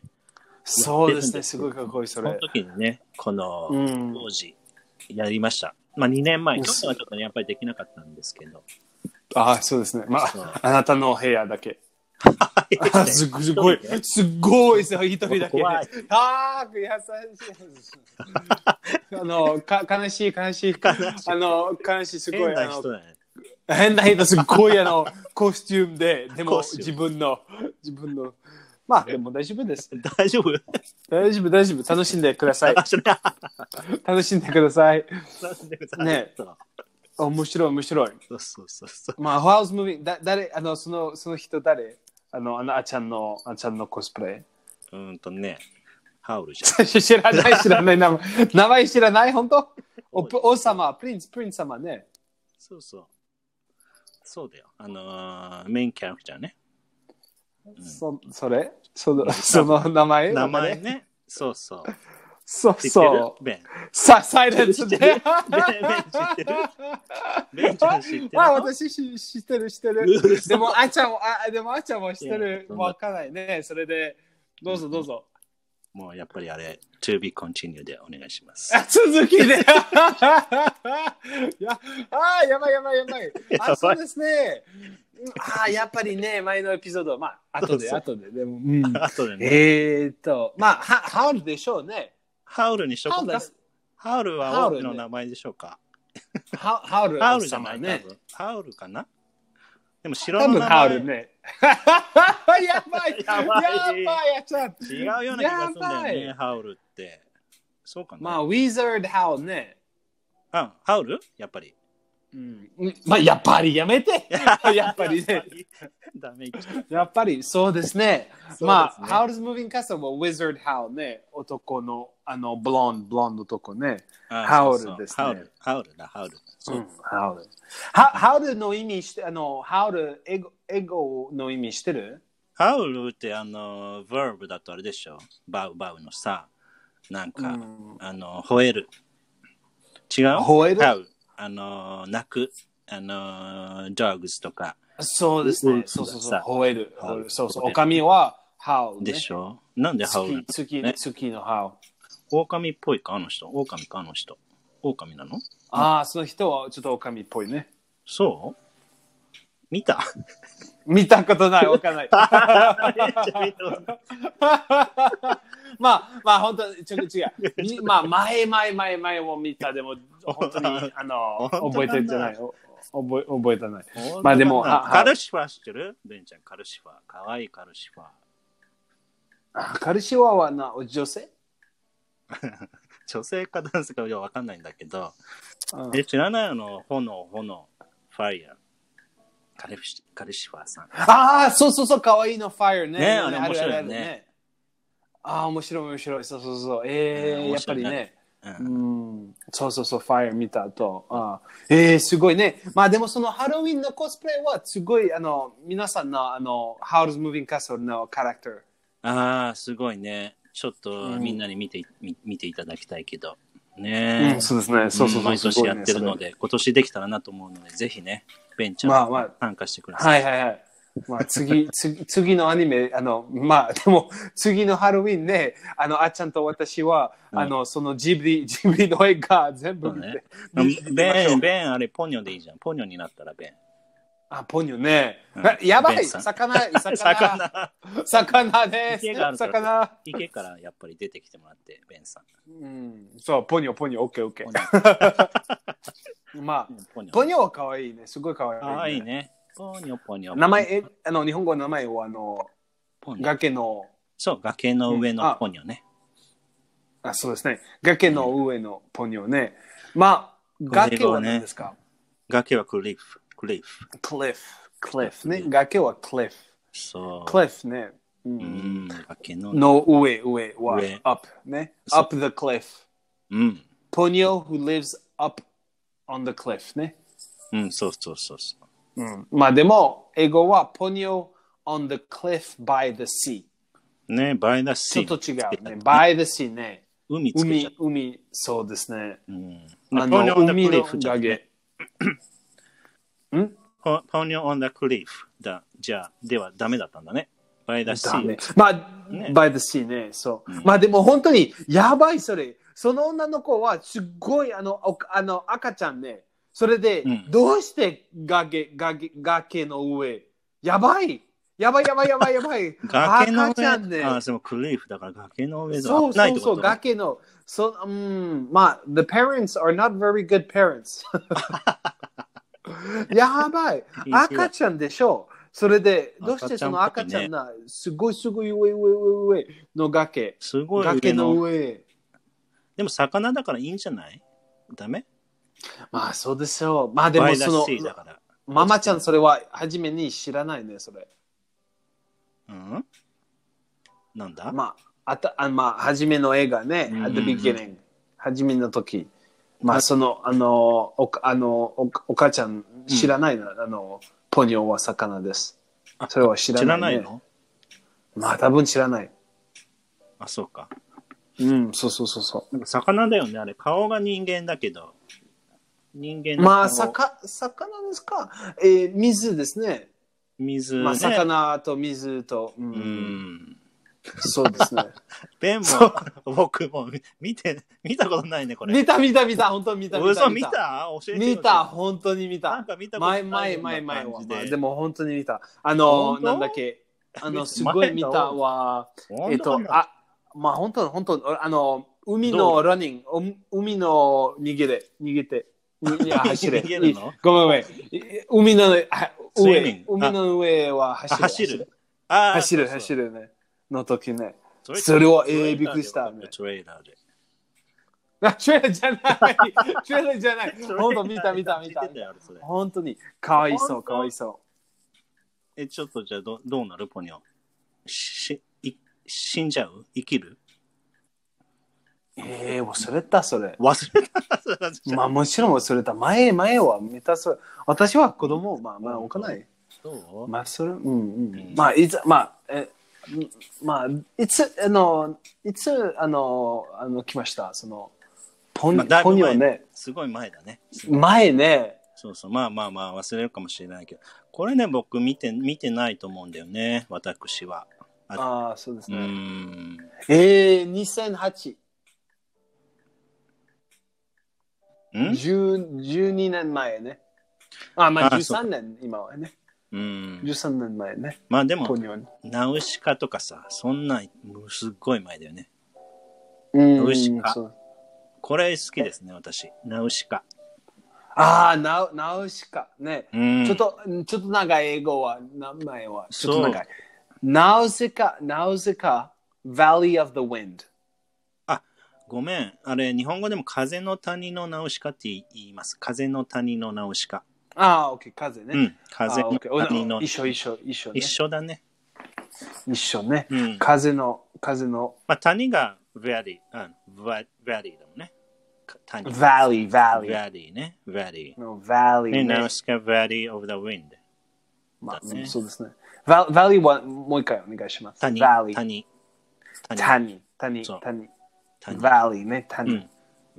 Speaker 2: そうです
Speaker 1: やってるん
Speaker 2: ね、
Speaker 1: です
Speaker 2: すごいかっこいい、そ
Speaker 1: その
Speaker 2: れ。
Speaker 1: 時にね、この、
Speaker 2: うん。
Speaker 1: 当時、やりました。まあ、2年前、
Speaker 2: うん
Speaker 1: 去年はちょっとねやっぱりできなかったんですけど。
Speaker 2: ああ、そうですね。ま
Speaker 1: そう
Speaker 2: あ、あなたの部屋だけ。あ [laughs] すごい、すごい
Speaker 1: 一人で、
Speaker 2: すごいですよ、一人だけ。
Speaker 1: 怖い
Speaker 2: ああ、優しい。 [laughs] あの、か悲しい、悲しい。あの、悲しい、すごい。
Speaker 1: 変
Speaker 2: あ
Speaker 1: な
Speaker 2: の
Speaker 1: 人だね。
Speaker 2: 変な人すっごいあ
Speaker 1: [laughs]
Speaker 2: のコスチュームででも
Speaker 1: コスチューム
Speaker 2: 自分の自分のまあでも大丈夫です
Speaker 1: 大丈夫 [laughs]
Speaker 2: 大丈夫大丈夫楽しんでください
Speaker 1: あ、それ、あ
Speaker 2: 楽しんでください
Speaker 1: なんでさ
Speaker 2: ね
Speaker 1: そう
Speaker 2: 面白い面白い
Speaker 1: そうそうそうそう。
Speaker 2: まあハウスムービングだ誰あのそのその人誰あのあのあちゃんのあちゃんのコスプレ [laughs]
Speaker 1: うーんとね、ハウルじゃん。
Speaker 2: 知らない知らない名前名前知らない本当おぷ王様プリンスプリンス様ね
Speaker 1: そうそう。そうだよ。あのーメインキャラクターね。
Speaker 2: そそれそのその名前
Speaker 1: 名前ね。そうそう。
Speaker 2: そう
Speaker 1: 知ってる
Speaker 2: そう
Speaker 1: ベン。 [laughs]
Speaker 2: さサイレンス
Speaker 1: 知って
Speaker 2: で
Speaker 1: るね知ってるベンちゃん知ってる
Speaker 2: あ、私し知ってる、知って
Speaker 1: [laughs]
Speaker 2: る。
Speaker 1: 嘘
Speaker 2: でも、あちゃんも、あ、でも、あちゃんも知ってる
Speaker 1: い。や
Speaker 2: わかんないね。それで、どうぞどうぞ。
Speaker 1: もうやっぱりあれ、to be continued でお願いしま
Speaker 2: [laughs]
Speaker 1: す。
Speaker 2: あ続きで。いやあー、やばいやばいやばい。
Speaker 1: [laughs] やば
Speaker 2: あ、
Speaker 1: い
Speaker 2: そうですね。うんあー、やっぱりね、前のエピソード、まあ、後で、
Speaker 1: そう
Speaker 2: 後で、でも、うん
Speaker 1: あとでね、
Speaker 2: えーっと、まあ、はハウルでしょうね。
Speaker 1: ハウルにしと
Speaker 2: ハ
Speaker 1: こ
Speaker 2: ウ
Speaker 1: う
Speaker 2: ル
Speaker 1: か
Speaker 2: だ。
Speaker 1: ハウルは
Speaker 2: ハ
Speaker 1: 王
Speaker 2: ウ
Speaker 1: 子
Speaker 2: ルね
Speaker 1: の名前でしょうか。
Speaker 2: ハハウル
Speaker 1: ハウルじゃない、
Speaker 2: 王
Speaker 1: ね、ハウルかなでも城
Speaker 2: 多
Speaker 1: の
Speaker 2: 分
Speaker 1: 名
Speaker 2: ハウ
Speaker 1: 前、
Speaker 2: ルね。 [laughs] やばい
Speaker 1: や
Speaker 2: や
Speaker 1: ば
Speaker 2: ば
Speaker 1: い
Speaker 2: いやちゃん
Speaker 1: 違うような気がするんだよ
Speaker 2: やば
Speaker 1: ね、
Speaker 2: い
Speaker 1: ハウルって。そうかな、
Speaker 2: まあ、ウィザードハウルね。
Speaker 1: あ、ハウルやっぱり。
Speaker 2: うん、まあ、やっぱりやめ
Speaker 1: [laughs]
Speaker 2: てやっぱりね。。
Speaker 1: ダメ言っちゃう
Speaker 2: やっぱりそうですね。
Speaker 1: すね
Speaker 2: まあ、ハウルズ・ムービング・カストもウィザード・ハウルね。男の、あの、ブロンド、ブロンド男ね。
Speaker 1: あ
Speaker 2: ハウル
Speaker 1: そうそう
Speaker 2: ですね
Speaker 1: ハウル、ハウルだ、ハウル。そう、
Speaker 2: ハウル。ハハウルの意味して、あの、ハウル、エゴ、エゴの意味してる
Speaker 1: ハウルってあの、verb だとあれでしょ。バウバウのさ、なんか、
Speaker 2: うん
Speaker 1: あの、吠える。違う
Speaker 2: 吠える
Speaker 1: ハウル。あの、鳴く。あの、dogs とか
Speaker 2: そうです
Speaker 1: うん
Speaker 2: ね。そうそうそう。
Speaker 1: さ
Speaker 2: 吠える。
Speaker 1: ハウル
Speaker 2: そうそう。
Speaker 1: 吠え
Speaker 2: お
Speaker 1: る
Speaker 2: かみは、ハウル、ね。
Speaker 1: でしょ。なんでハウル
Speaker 2: 月、月、
Speaker 1: ね
Speaker 2: 月のハウル。
Speaker 1: 狼っぽいか、あの人。狼か、あの人。狼なの
Speaker 2: ああ、その人はちょっとおかみっぽいね。
Speaker 1: そう
Speaker 2: [laughs]
Speaker 1: 見た
Speaker 2: 見たことない、わかん [laughs] ない。まあまあ本当にちょ違 [laughs] う。みまあ前前前前を見たでも本当に [laughs] あの
Speaker 1: 本当
Speaker 2: 覚え
Speaker 1: なんだ
Speaker 2: てんじゃない。お覚え覚えてない。まあでもは
Speaker 1: カルシファー知ってるベンちゃん、カルシファー。かわいいカルシファー。
Speaker 2: あカルシワはな女性？
Speaker 1: 女性か男性かはわかんないんだけど、
Speaker 2: うん
Speaker 1: え、知らないあの、炎、炎、ファイヤー。カルシカルシファーさん。
Speaker 2: [laughs] ああそうそうそう可愛いのファイアね。
Speaker 1: ねあれ面白い
Speaker 2: あ
Speaker 1: よね
Speaker 2: るあるある。ああ面白い面白いそうそうそうえ
Speaker 1: うん
Speaker 2: え
Speaker 1: 面
Speaker 2: やっぱ
Speaker 1: 白い
Speaker 2: り
Speaker 1: ね
Speaker 2: ね。
Speaker 1: うん
Speaker 2: うんそうそうそう、ファイア見たと。あえー、すごいね。まあでもそのハロウィンのコスプレはすごい、あの、皆さんの、あの、ハウルズ・ムービング・カストルのキャラクター。
Speaker 1: ああ、すごいね。ちょっと
Speaker 2: うん
Speaker 1: みんなに見て,、み見ていただきたいけど。ねえ、
Speaker 2: そうですね。
Speaker 1: うん毎年やってるので、今年できたらなと思うので、ぜひね、ベンちゃん、
Speaker 2: まあまあ
Speaker 1: 参加してください。
Speaker 2: はいはいはい。まあ
Speaker 1: [laughs]
Speaker 2: 次、次、次のアニメ、あの、まあでも、次のハロウィンね、あの、あっちゃんと私は、
Speaker 1: うん
Speaker 2: あの、そのジブリ、ジブリの映画全部見て。見てみましょ
Speaker 1: ベ
Speaker 2: う
Speaker 1: ン、ベン、あれ、ポニョでいいじゃん。ポニョになったらベン。
Speaker 2: あ、ポニョね。
Speaker 1: うん
Speaker 2: あやば
Speaker 1: ベ
Speaker 2: い
Speaker 1: ンさん [laughs]
Speaker 2: 魚、魚、魚、
Speaker 1: 魚、
Speaker 2: です
Speaker 1: 池がある。から
Speaker 2: 魚。
Speaker 1: 池からやっぱり出てきてもらって、ベンさん。
Speaker 2: うん、そう、ポニョ、ポニョ、オッケー、オッケ
Speaker 1: ポニ
Speaker 2: ー。まあ、
Speaker 1: ポニョ。
Speaker 2: ポニョは可愛いね、すごい可愛い、
Speaker 1: かわいい。ね。ポニョポニョ。
Speaker 2: 名前、え、あの、日本語の名前は、あの、
Speaker 1: ポニョ。
Speaker 2: 崖の、
Speaker 1: そう、崖の上
Speaker 2: うん
Speaker 1: の
Speaker 2: あ
Speaker 1: ポニョね。
Speaker 2: あ、そうですね、崖の上のポニョね。まあ、崖は何ですか、
Speaker 1: 崖はクリフ、クリフ。
Speaker 2: クリフ、クリフね、崖はクリフ、
Speaker 1: Oh. そう。
Speaker 2: クリフね。う、
Speaker 1: うんん、崖の、
Speaker 2: の上、上は
Speaker 1: 上、
Speaker 2: up ね、
Speaker 1: そう
Speaker 2: up the cliff。
Speaker 1: うん。
Speaker 2: ポニョ who lives up on the cliff ね。
Speaker 1: うん、そうそうそうそう。
Speaker 2: うん、まあでも、英語はポニョ on the cliff by the sea。
Speaker 1: ね、バイダシ
Speaker 2: ちょっ
Speaker 1: ー
Speaker 2: と
Speaker 1: も
Speaker 2: 違
Speaker 1: つけたり
Speaker 2: うね。by the sea ね。
Speaker 1: 海つけちゃっ
Speaker 2: 海、海、そうですね。
Speaker 1: た。
Speaker 2: あ
Speaker 1: ポニョ
Speaker 2: の、
Speaker 1: オンダ
Speaker 2: 海
Speaker 1: クリ
Speaker 2: の
Speaker 1: フじゃ
Speaker 2: 崖。
Speaker 1: ポポニョオンダクリフだ。じゃあ、ではダメだったんだね。バイダシ
Speaker 2: ダメ
Speaker 1: ー。。
Speaker 2: まあ、by the sea ね、そう。まあでも本当に、やばい、それ。その女の子は、すっごい、あの、おあの赤ちゃんね。それで、
Speaker 1: うん
Speaker 2: どうして崖、崖、崖の上やばいやばいやばいやばいやばい
Speaker 1: 崖の
Speaker 2: 赤ちゃん
Speaker 1: 上。
Speaker 2: ね。
Speaker 1: あ、でもクリフだから崖の上だ。
Speaker 2: そう
Speaker 1: 危ない
Speaker 2: そ
Speaker 1: っ
Speaker 2: う
Speaker 1: て
Speaker 2: そ
Speaker 1: こ
Speaker 2: う、
Speaker 1: と
Speaker 2: 崖の。そうん、まあ、the parents are not very good
Speaker 1: [laughs]
Speaker 2: parents. やばい。赤ちゃんでしょそれで、どうしてその赤
Speaker 1: 赤
Speaker 2: ち
Speaker 1: ち
Speaker 2: ゃ
Speaker 1: ゃ
Speaker 2: ん
Speaker 1: んっぽいね
Speaker 2: な、すごいすごい上上上上の崖。
Speaker 1: すごい
Speaker 2: 崖
Speaker 1: 上
Speaker 2: の
Speaker 1: の。
Speaker 2: 上。
Speaker 1: でも魚だからいいんじゃないダメ
Speaker 2: まあ、そうでしょう。まあ、で
Speaker 1: バ
Speaker 2: も
Speaker 1: イダシ
Speaker 2: その、
Speaker 1: ーだから。
Speaker 2: ママちゃんそれは初めに知らないね、それ。
Speaker 1: うんなんだ
Speaker 2: まあ、あた、あまあ、初めの映画ね、
Speaker 1: うん
Speaker 2: at the beginning。初めの時。まあ、その、あの、おか、あの、おお母ちゃん知らないな、あの、ポニョは魚です。それは知ら
Speaker 1: 知
Speaker 2: な
Speaker 1: ら
Speaker 2: い、
Speaker 1: な
Speaker 2: ね。
Speaker 1: いの
Speaker 2: まあ、多分知らない。
Speaker 1: あ、そうか。
Speaker 2: うん、そうそうそうそう。
Speaker 1: なんか魚だよね、あれ。顔が人間だけど。人間の顔
Speaker 2: まあ、さか、魚ですか。えー水ですね。
Speaker 1: 水、ね。
Speaker 2: まあ、魚と水と、うん、
Speaker 1: うん。
Speaker 2: そうですね。
Speaker 1: ベンも、 [laughs] 僕も見て、見たこと [laughs] ないね、これ。
Speaker 2: 見た見た見た、本当に見た見た
Speaker 1: 嘘見た教えてよ
Speaker 2: 見た、本当に見
Speaker 1: な
Speaker 2: た
Speaker 1: ん。か見たこと
Speaker 2: 前
Speaker 1: な
Speaker 2: 前
Speaker 1: い
Speaker 2: 前前
Speaker 1: よう
Speaker 2: は、
Speaker 1: な
Speaker 2: まあ
Speaker 1: 感じ
Speaker 2: で
Speaker 1: で。
Speaker 2: も本当に見た。あの、
Speaker 1: 本当
Speaker 2: なんだっけ、あの、
Speaker 1: 見
Speaker 2: すごい見たは、えっと、
Speaker 1: あ、
Speaker 2: あ、まあ本当の本当のあの、海
Speaker 1: ど
Speaker 2: のランニング、お海の逃げで、逃げて、い
Speaker 1: [laughs]
Speaker 2: や、走れ。
Speaker 1: 逃げるの
Speaker 2: ごめんごめん。い海のあ
Speaker 1: スイミ
Speaker 2: 上
Speaker 1: ン、グ
Speaker 2: 海の上は走る。
Speaker 1: 走る。あ
Speaker 2: 走る、
Speaker 1: そうそ
Speaker 2: 走
Speaker 1: う
Speaker 2: るね。の時ね。
Speaker 1: そ
Speaker 2: それはえーびっくりしたね
Speaker 1: トレーラーで。
Speaker 2: あ、トレーラーじゃない。トレーラーじゃ
Speaker 1: [laughs]
Speaker 2: ない。本当見た見た見た
Speaker 1: 知っ。てよあれそれ
Speaker 2: 本当に、かわいそ
Speaker 1: 本
Speaker 2: う、
Speaker 1: 当
Speaker 2: かわいそう。
Speaker 1: え、ちょっとじゃあどどうなるポニョ。し、い死んじゃう生きる
Speaker 2: ええ忘れた、それ。
Speaker 1: 忘れた。 [laughs] 忘れた
Speaker 2: まあ、もちろん忘れた。前、前は見た、それ。私は子供を、まあ、まあ、置かない。
Speaker 1: どう
Speaker 2: まあ、それ、うん、うん
Speaker 1: う。ん
Speaker 2: まあ、いつ、まあ、え、まあ、いつ、あの、いつ、あの、あの、来ました、その、ポニ
Speaker 1: まあだ
Speaker 2: ョ、
Speaker 1: いぶ
Speaker 2: ポ
Speaker 1: 前
Speaker 2: ニョね。
Speaker 1: すごい前だね。
Speaker 2: 前ね、
Speaker 1: そうそう。まあまあまあ、忘れるかもしれないけど。これね、僕見て、見てないと思うんだよね。私は。
Speaker 2: ああ、そうです
Speaker 1: うー
Speaker 2: ね。
Speaker 1: ん。
Speaker 2: ええ2008。
Speaker 1: ん
Speaker 2: 10 12年前ね。あ、まあ、
Speaker 1: あそう
Speaker 2: 13年、今はね。
Speaker 1: うん。
Speaker 2: 13年前ね、
Speaker 1: まあで
Speaker 2: ポ
Speaker 1: も、
Speaker 2: ニョね。
Speaker 1: ナウシカとかさ、そんなん、すっごい前だよね。
Speaker 2: うん
Speaker 1: ナウシカ
Speaker 2: そう
Speaker 1: これ好きですね、私。ナウシカ。
Speaker 2: ああ、ナウナウシカ。ね、
Speaker 1: うん。
Speaker 2: ちょっと、ちょっと長い英語は、名前は、ち
Speaker 1: そう
Speaker 2: ょっと長い。ナウシカ、ナウシカ、Valley of the Wind。
Speaker 1: ごめん。あれ、日本語でも風の谷のナウシカって言います。風の谷のナウシカ。
Speaker 2: ああ、オッケー、風ね。
Speaker 1: うん。
Speaker 2: あ
Speaker 1: 風
Speaker 2: ーオ
Speaker 1: の
Speaker 2: ッケーおな
Speaker 1: 谷の
Speaker 2: 一緒一緒一緒ね
Speaker 1: 一緒だね。
Speaker 2: 一緒ね、
Speaker 1: うん。
Speaker 2: 風の風の
Speaker 1: まあ、谷が valley、うん、va- valley だもんね。か谷。
Speaker 2: valley valley
Speaker 1: valley ね。valley。
Speaker 2: の valley
Speaker 1: ね、
Speaker 2: ね
Speaker 1: ナウシカ valley of the wind。
Speaker 2: まあ、
Speaker 1: だね
Speaker 2: うんそうですね Val- valley はもう一回お願いします
Speaker 1: 谷。
Speaker 2: valley
Speaker 1: 谷。谷。
Speaker 2: 谷谷
Speaker 1: そう
Speaker 2: 谷
Speaker 1: 谷
Speaker 2: valley ね
Speaker 1: う
Speaker 2: 谷
Speaker 1: ん。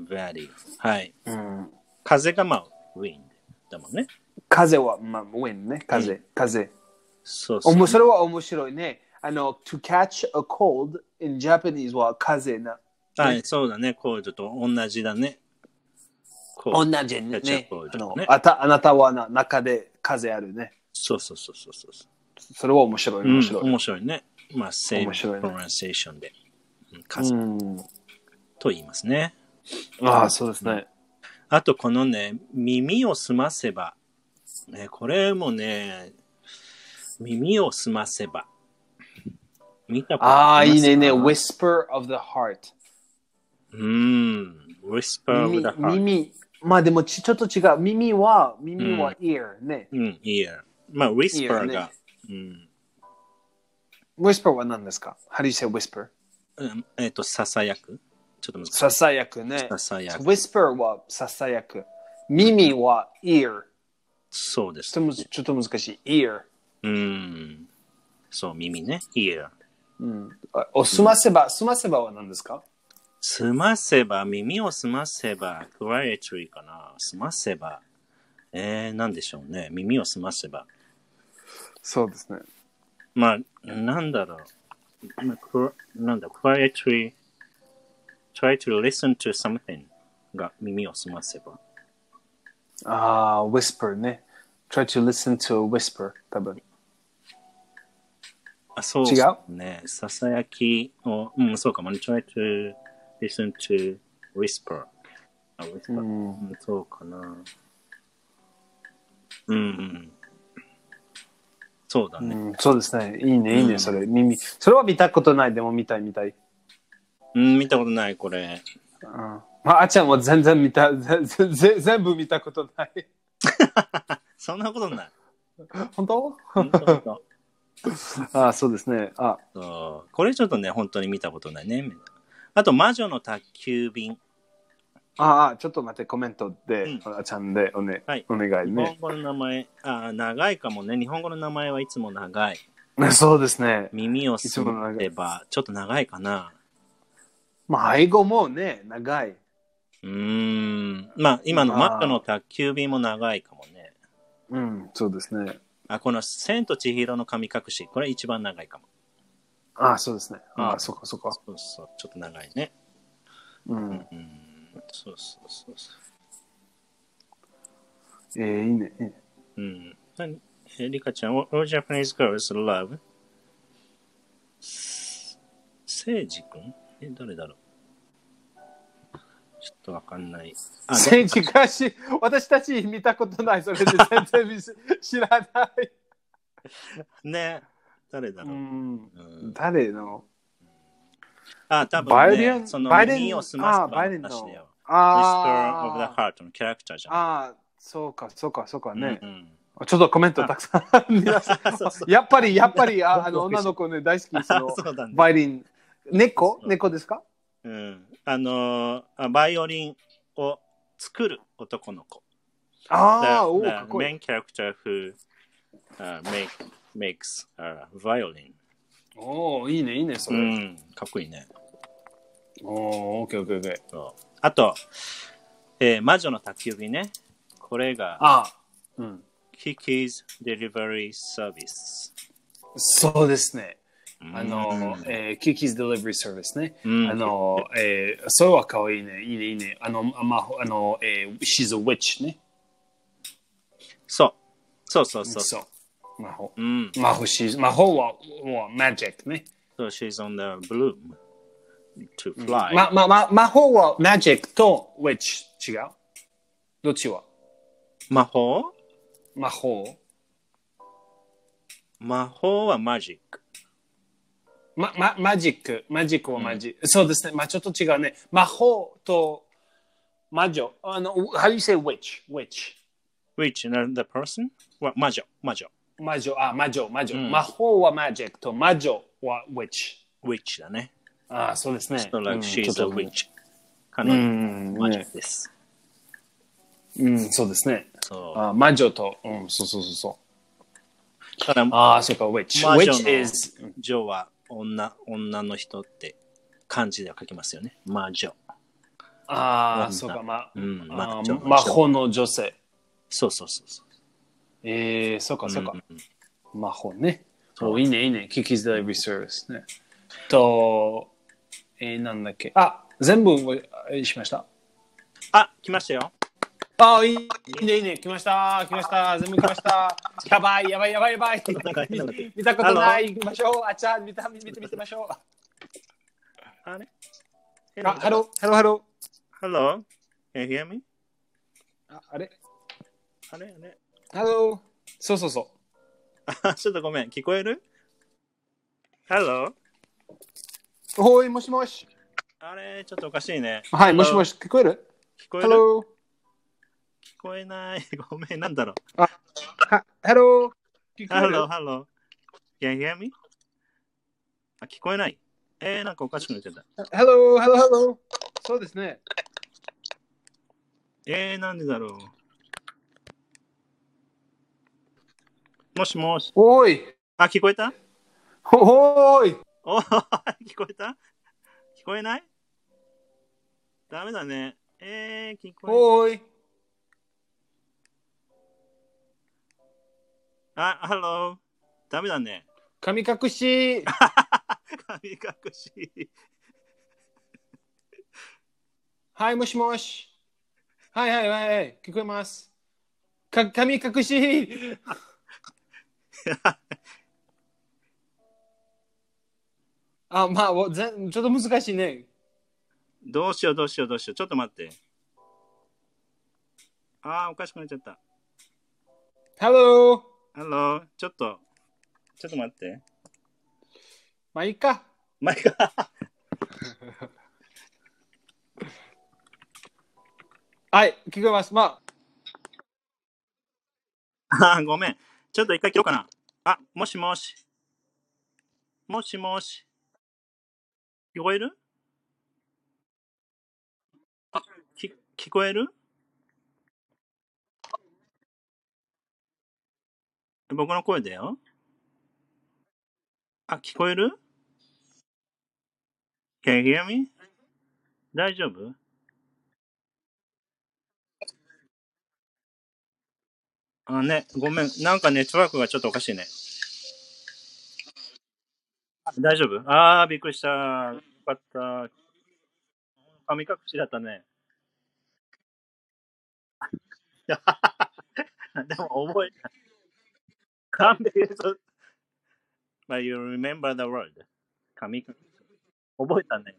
Speaker 1: valley。はい。
Speaker 2: うん
Speaker 1: 風がまあ、wind だもんね。
Speaker 2: 風はまあ wind ね風、風
Speaker 1: そうそ
Speaker 2: お
Speaker 1: う。
Speaker 2: もそれは面白いね。あの、to catch a cold in Japanese は風な。
Speaker 1: はい、そうだね。コードと同じだね。コ
Speaker 2: 同
Speaker 1: ード。
Speaker 2: じね。
Speaker 1: catch a cold
Speaker 2: あの
Speaker 1: ね
Speaker 2: あたあなたはな中で風あるね。
Speaker 1: そうそうそうそうそう。
Speaker 2: それは面白い、
Speaker 1: うん
Speaker 2: 面白い。
Speaker 1: 面白いね。まあ、セーブ
Speaker 2: 面白いね
Speaker 1: プロナンセーションで、うん
Speaker 2: う
Speaker 1: 風
Speaker 2: ん、
Speaker 1: と言いますね。
Speaker 2: ああ、そうですね。
Speaker 1: あと、このね、耳を澄ませば。ね、これもね、耳を澄ませば。見たこと
Speaker 2: ああ、
Speaker 1: りま
Speaker 2: いい
Speaker 1: すか
Speaker 2: ねいいね。whisper of the heart。
Speaker 1: うん。whisper of
Speaker 2: 耳
Speaker 1: the heart.
Speaker 2: 耳。まあでもちちょっと違う。耳は、耳は ear ね。
Speaker 1: うん、ear。まあ、
Speaker 2: ear
Speaker 1: whisper
Speaker 2: ね
Speaker 1: が。うん。
Speaker 2: whisper は何ですか ?How do you say whisper?
Speaker 1: うんえっ、と、ささやく。ちょっと難しい。
Speaker 2: ささやくね。
Speaker 1: ささやく。
Speaker 2: whisper はささやく。耳は ear。
Speaker 1: そうで
Speaker 2: ち
Speaker 1: す
Speaker 2: ょ。っとむずちょっと難しい。ear。
Speaker 1: うん。そう、耳ね。ear。
Speaker 2: うん。あお、済ませば、済ませばは何ですか
Speaker 1: 済ませば、耳を澄ませば、quietly かな。澄ませば。えー、なんでしょうね。耳を澄ませば。
Speaker 2: そうですね。
Speaker 1: まあ、なんだろう。まあくなんだ、quietly try to listen to something が耳を澄ませば。
Speaker 2: ああ、whisper ね。try to listen to a whisper 多分。
Speaker 1: あ、そう
Speaker 2: 違う
Speaker 1: ね。ささやきを、うん、そうかもね。try to listen to whisper. あ、whisper。うん、そうかな。うん、うん。そうだ
Speaker 2: う
Speaker 1: ね。
Speaker 2: ん、そうですね。いいね、いいね、それ。耳。それは見たことない、でも見たい、見たい。
Speaker 1: うん、見たことない、これ。
Speaker 2: うん。まあ、あっちゃんは全然見た、ぜぜぜ全部見たことない。 [laughs]
Speaker 1: そんなことない。
Speaker 2: 本当
Speaker 1: 本当本当
Speaker 2: ああ、そうですね。あ
Speaker 1: そうこれちょっとね、本当に見たことないね。あと、魔女の宅急便。
Speaker 2: ああ、ちょっと待って、コメントで、
Speaker 1: うん
Speaker 2: あっちゃんでお,、ね
Speaker 1: はい
Speaker 2: お願い
Speaker 1: 日
Speaker 2: ね
Speaker 1: 本。語の名前、あー長いかもね。日本語の名前はいつも長い。
Speaker 2: [laughs] そうですね。
Speaker 1: 耳をすれば、ちょっと長いかな。
Speaker 2: まあ、英語もね、長い。
Speaker 1: うーん。まあ、今の
Speaker 2: まあ
Speaker 1: マッカの宅急便も長いかもね。
Speaker 2: うん、そうですね。
Speaker 1: あ、この千と千尋の神隠し、これ一番長いかも。
Speaker 2: ああ、そうですね。あ
Speaker 1: う
Speaker 2: あ、
Speaker 1: ん
Speaker 2: そっかそっか。
Speaker 1: そうそう、ちょっと長いね。
Speaker 2: うん。
Speaker 1: うん。そうそうそうそ
Speaker 2: ええいいね、いいね。
Speaker 1: う。うん。なにえ、リカちゃん、What all Japanese girls love? せいじくんえ、誰だろうちょっとわかんない。
Speaker 2: [laughs]
Speaker 1: あ、
Speaker 2: 政治家し、私たち見たことない、それで全然見せ知ら
Speaker 1: [laughs]
Speaker 2: ない。
Speaker 1: ね。誰だ
Speaker 2: う
Speaker 1: ろう、
Speaker 2: ん。
Speaker 1: うん
Speaker 2: 誰の
Speaker 1: あ、多分、ね、
Speaker 2: バイデン
Speaker 1: その
Speaker 2: バイデン
Speaker 1: 耳を澄ます
Speaker 2: あバイデンの
Speaker 1: 話だよ。Whisper of the
Speaker 2: あ
Speaker 1: Heart のキャラクターじ
Speaker 2: あ、
Speaker 1: ゃん。
Speaker 2: ああ、そうか、そうか、そうかね
Speaker 1: う。ん
Speaker 2: ちょっとコメントたくさん。皆さん
Speaker 1: うん、 [laughs] そうそう
Speaker 2: やっぱり、やっぱり、
Speaker 1: [laughs]
Speaker 2: ああの、
Speaker 1: 僕も一緒
Speaker 2: 女の子ね、大好き、そ
Speaker 1: あ
Speaker 2: の、
Speaker 1: [laughs] そうだね。
Speaker 2: バイオリン。猫
Speaker 1: そう
Speaker 2: 猫ですか
Speaker 1: うん、あのーあバイオリンを作る男の子。
Speaker 2: ああ、おお、
Speaker 1: the,
Speaker 2: かっこ
Speaker 1: the
Speaker 2: いい。
Speaker 1: main character who、uh, make, makes a violin.
Speaker 2: おお、いいね、いいね、そうれ。
Speaker 1: ん、かっこいいね。
Speaker 2: おお、オッケーオッケーオッケー。
Speaker 1: そうあと、えー魔女の宅急便ね。これが
Speaker 2: ああ、うん。
Speaker 1: Kiki's Delivery Service。
Speaker 2: そうですね。あの
Speaker 1: う、ん
Speaker 2: えー、キキ s Delivery Service ね。
Speaker 1: うん
Speaker 2: あの、えー、それは可愛いね。いいね、いいね。あの、あまあ、あの、えー、She's a witch ね。
Speaker 1: そうそうそうそう。
Speaker 2: そう。魔法。
Speaker 1: うん。
Speaker 2: 魔法、she's- 魔法は、は magic ね。
Speaker 1: So she's on the bloom to
Speaker 2: ま
Speaker 1: fly.
Speaker 2: ま、ま、ま、魔法は magic と witch 違うどっちは
Speaker 1: 魔法
Speaker 2: 魔法
Speaker 1: 魔法はマジック。
Speaker 2: ま、ま、マジック、マジックはマジ、そうですね。まあ、ちょっと違うね。魔法と魔女。あの、how do you say witch? witch.
Speaker 1: Which the person? は魔女、魔女。
Speaker 2: 魔女、あ、魔女、魔女。魔法はマジックと魔女は witch。
Speaker 1: witch だね。
Speaker 2: ああ、そうですね。
Speaker 1: So like
Speaker 2: ちょっ
Speaker 1: she's
Speaker 2: と
Speaker 1: a
Speaker 2: ね
Speaker 1: witch. 彼
Speaker 2: う
Speaker 1: 女、
Speaker 2: ん、
Speaker 1: 魔女
Speaker 2: ね
Speaker 1: です。
Speaker 2: うん、そうですね。
Speaker 1: そう。
Speaker 2: あ魔女と、うん、そうそうそうそう。
Speaker 1: だから魔
Speaker 2: ああ、そうか、witch。
Speaker 1: 女の
Speaker 2: witch is
Speaker 1: 女は女、女の人って漢字では書きますよね。魔女。
Speaker 2: あ
Speaker 1: 女
Speaker 2: あ、そうか、ま、
Speaker 1: うん
Speaker 2: あ
Speaker 1: 魔
Speaker 2: ー
Speaker 1: 女
Speaker 2: 魔法の女性。
Speaker 1: そうそうそうそう。
Speaker 2: えー、そうか、そうか
Speaker 1: うん。
Speaker 2: 魔法ね。
Speaker 1: そう
Speaker 2: おいいね、いいね。Kiki's Delivery Service ね。と、えー、なんだっけ。あ、全部おあれしました。
Speaker 1: あ、来ましたよ。
Speaker 2: あ、いいいいね、いいね。来ました、来ました。全部来ました。やばい、やばい、やばい、やばい
Speaker 1: なんか変なこと。
Speaker 2: 見たことない。行きましょう。あちゃん、見た、見て、見てましょう。
Speaker 1: あれ
Speaker 2: あ、ハロー、ハロー、ハロ
Speaker 1: Hello? Can you hear me?
Speaker 2: ー。ああれ
Speaker 1: あれあれ [laughs]
Speaker 2: ハロー。そうそうそ
Speaker 1: あちょっとごめん、聞こえる ?Hello?
Speaker 2: う。おい、もしもし。
Speaker 1: あれ、ちょっとおかしいね。
Speaker 2: はい、もしも
Speaker 1: し。
Speaker 2: し。聞こえる
Speaker 1: 聞こえ
Speaker 2: ハ
Speaker 1: る
Speaker 2: ロー。
Speaker 1: 聞こえない。 [laughs] ごめん、なんだろ
Speaker 2: はハロー。聞
Speaker 1: う。Hello, hello. Can you hear me? あ、聞こえない。えー、なんかおかしくなっちゃった。
Speaker 2: ハロー、ハロー、ハロー。そうですね。
Speaker 1: えー、なんでだろう。もしもし。
Speaker 2: おい
Speaker 1: あ、聞こえた
Speaker 2: おい
Speaker 1: お [laughs] 聞こえた聞こえないダメだね。えー、聞
Speaker 2: お
Speaker 1: こえ
Speaker 2: い
Speaker 1: あ、ハロー。ダメだね。 [laughs]
Speaker 2: 神隠し
Speaker 1: 神隠し。
Speaker 2: はい、もしもし。はいはいはいはい、聞こえます。か神隠しあ、まあおぜん、ちょっと難しいね。
Speaker 1: どうしようどうしようどうしよう。ちょっと待って。あー、おかしくなっちゃった。
Speaker 2: Hello!
Speaker 1: ハロー。ちょっと、ちょっと待って。
Speaker 2: まあいいか。
Speaker 1: マイク。
Speaker 2: はい、聞こえます。ま
Speaker 1: あー、ごめん。ちょっと一回切ろうかな。あ、もしもし。もしもし。聞こえるあ、き聞こえる僕の声だよ。あ、聞こえる ?Can you hear me? 大丈夫あね、ごめん。なんかネットワークがちょっとおかしいね。大丈夫ああ、びっくりした。よかった。神隠しだったね。 [laughs] でも覚えた。完璧です。But you remember the word. 神隠し。覚えたね。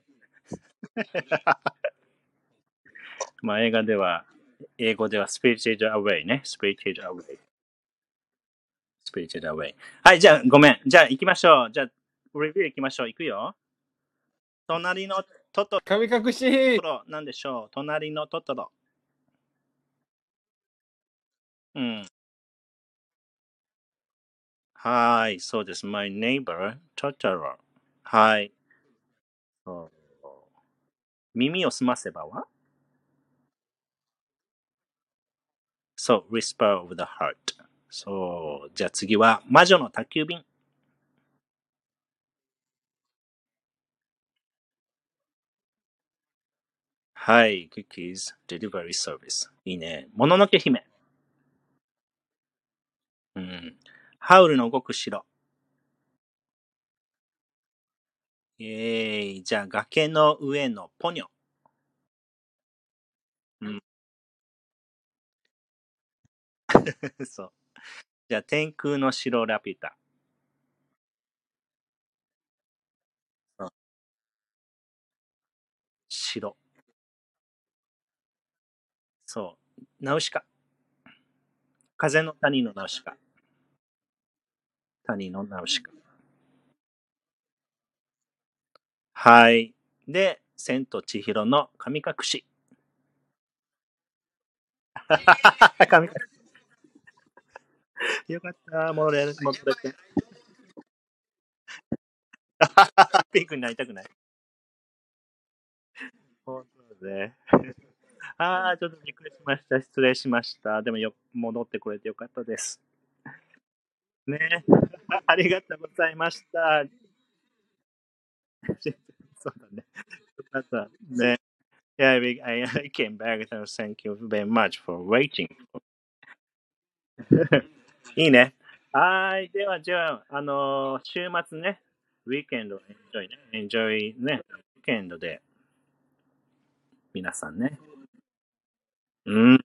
Speaker 1: まあ映画では、英語では spirited away ね。spirited away。spirited away。はい、じゃあごめん。じゃあ行きましょう。じゃあ、レビュー行きましょう。行くよ。隣のトト
Speaker 2: あ、神隠し
Speaker 1: トロ、なんでしょう。隣のトトロ。うん。はーい、そうです。My neighbor, トトロ。はい。そう耳を澄ませばはそう、whisper of the heart。そう。じゃあ次は、魔女の宅急便。はい、Cookies Delivery Service。いいね。もののけ姫。うん。ハウルの動く城。イェーイ。じゃあ、崖の上のポニョ。うん。 [laughs] そう。じゃあ、天空の城ラピュタ。うん城。そう。ナウシカ。風の谷のナウシカ。谷のナウシカ。はい。で、千と千尋の神隠し。神隠 [laughs] し。よかった。戻れる。戻れて。ピンクになりたくない。本当だね。ああ、ちょっとびっくりしました。失礼しました。でもよ、戻ってくれてよかったです。ね。 [laughs] ありがとうございました。 [laughs] そうだね。よかった。ね。Yeah, we, I, I came back, so thank you very much for waiting. [laughs] いいね。はい。では、じゃあ、あのー週末ね、ウィークエンド、エンジョイね。エンジョイね。ウィークエンドで、皆さんね。うん。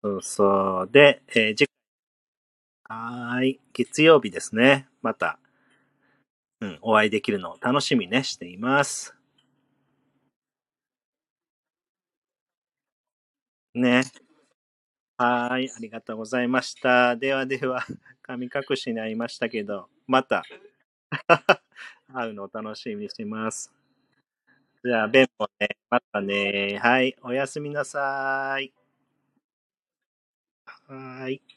Speaker 1: そうそう。で、えー次回、はーい。月曜日ですね。また、うん、お会いできるのを楽しみね、しています。ね。はーい。ありがとうございました。ではでは、神隠しになりましたけど、また、 [laughs] 会うのを楽しみにしてます。じゃあ、ベンもね、またね。はい。おやすみなさい。はーい。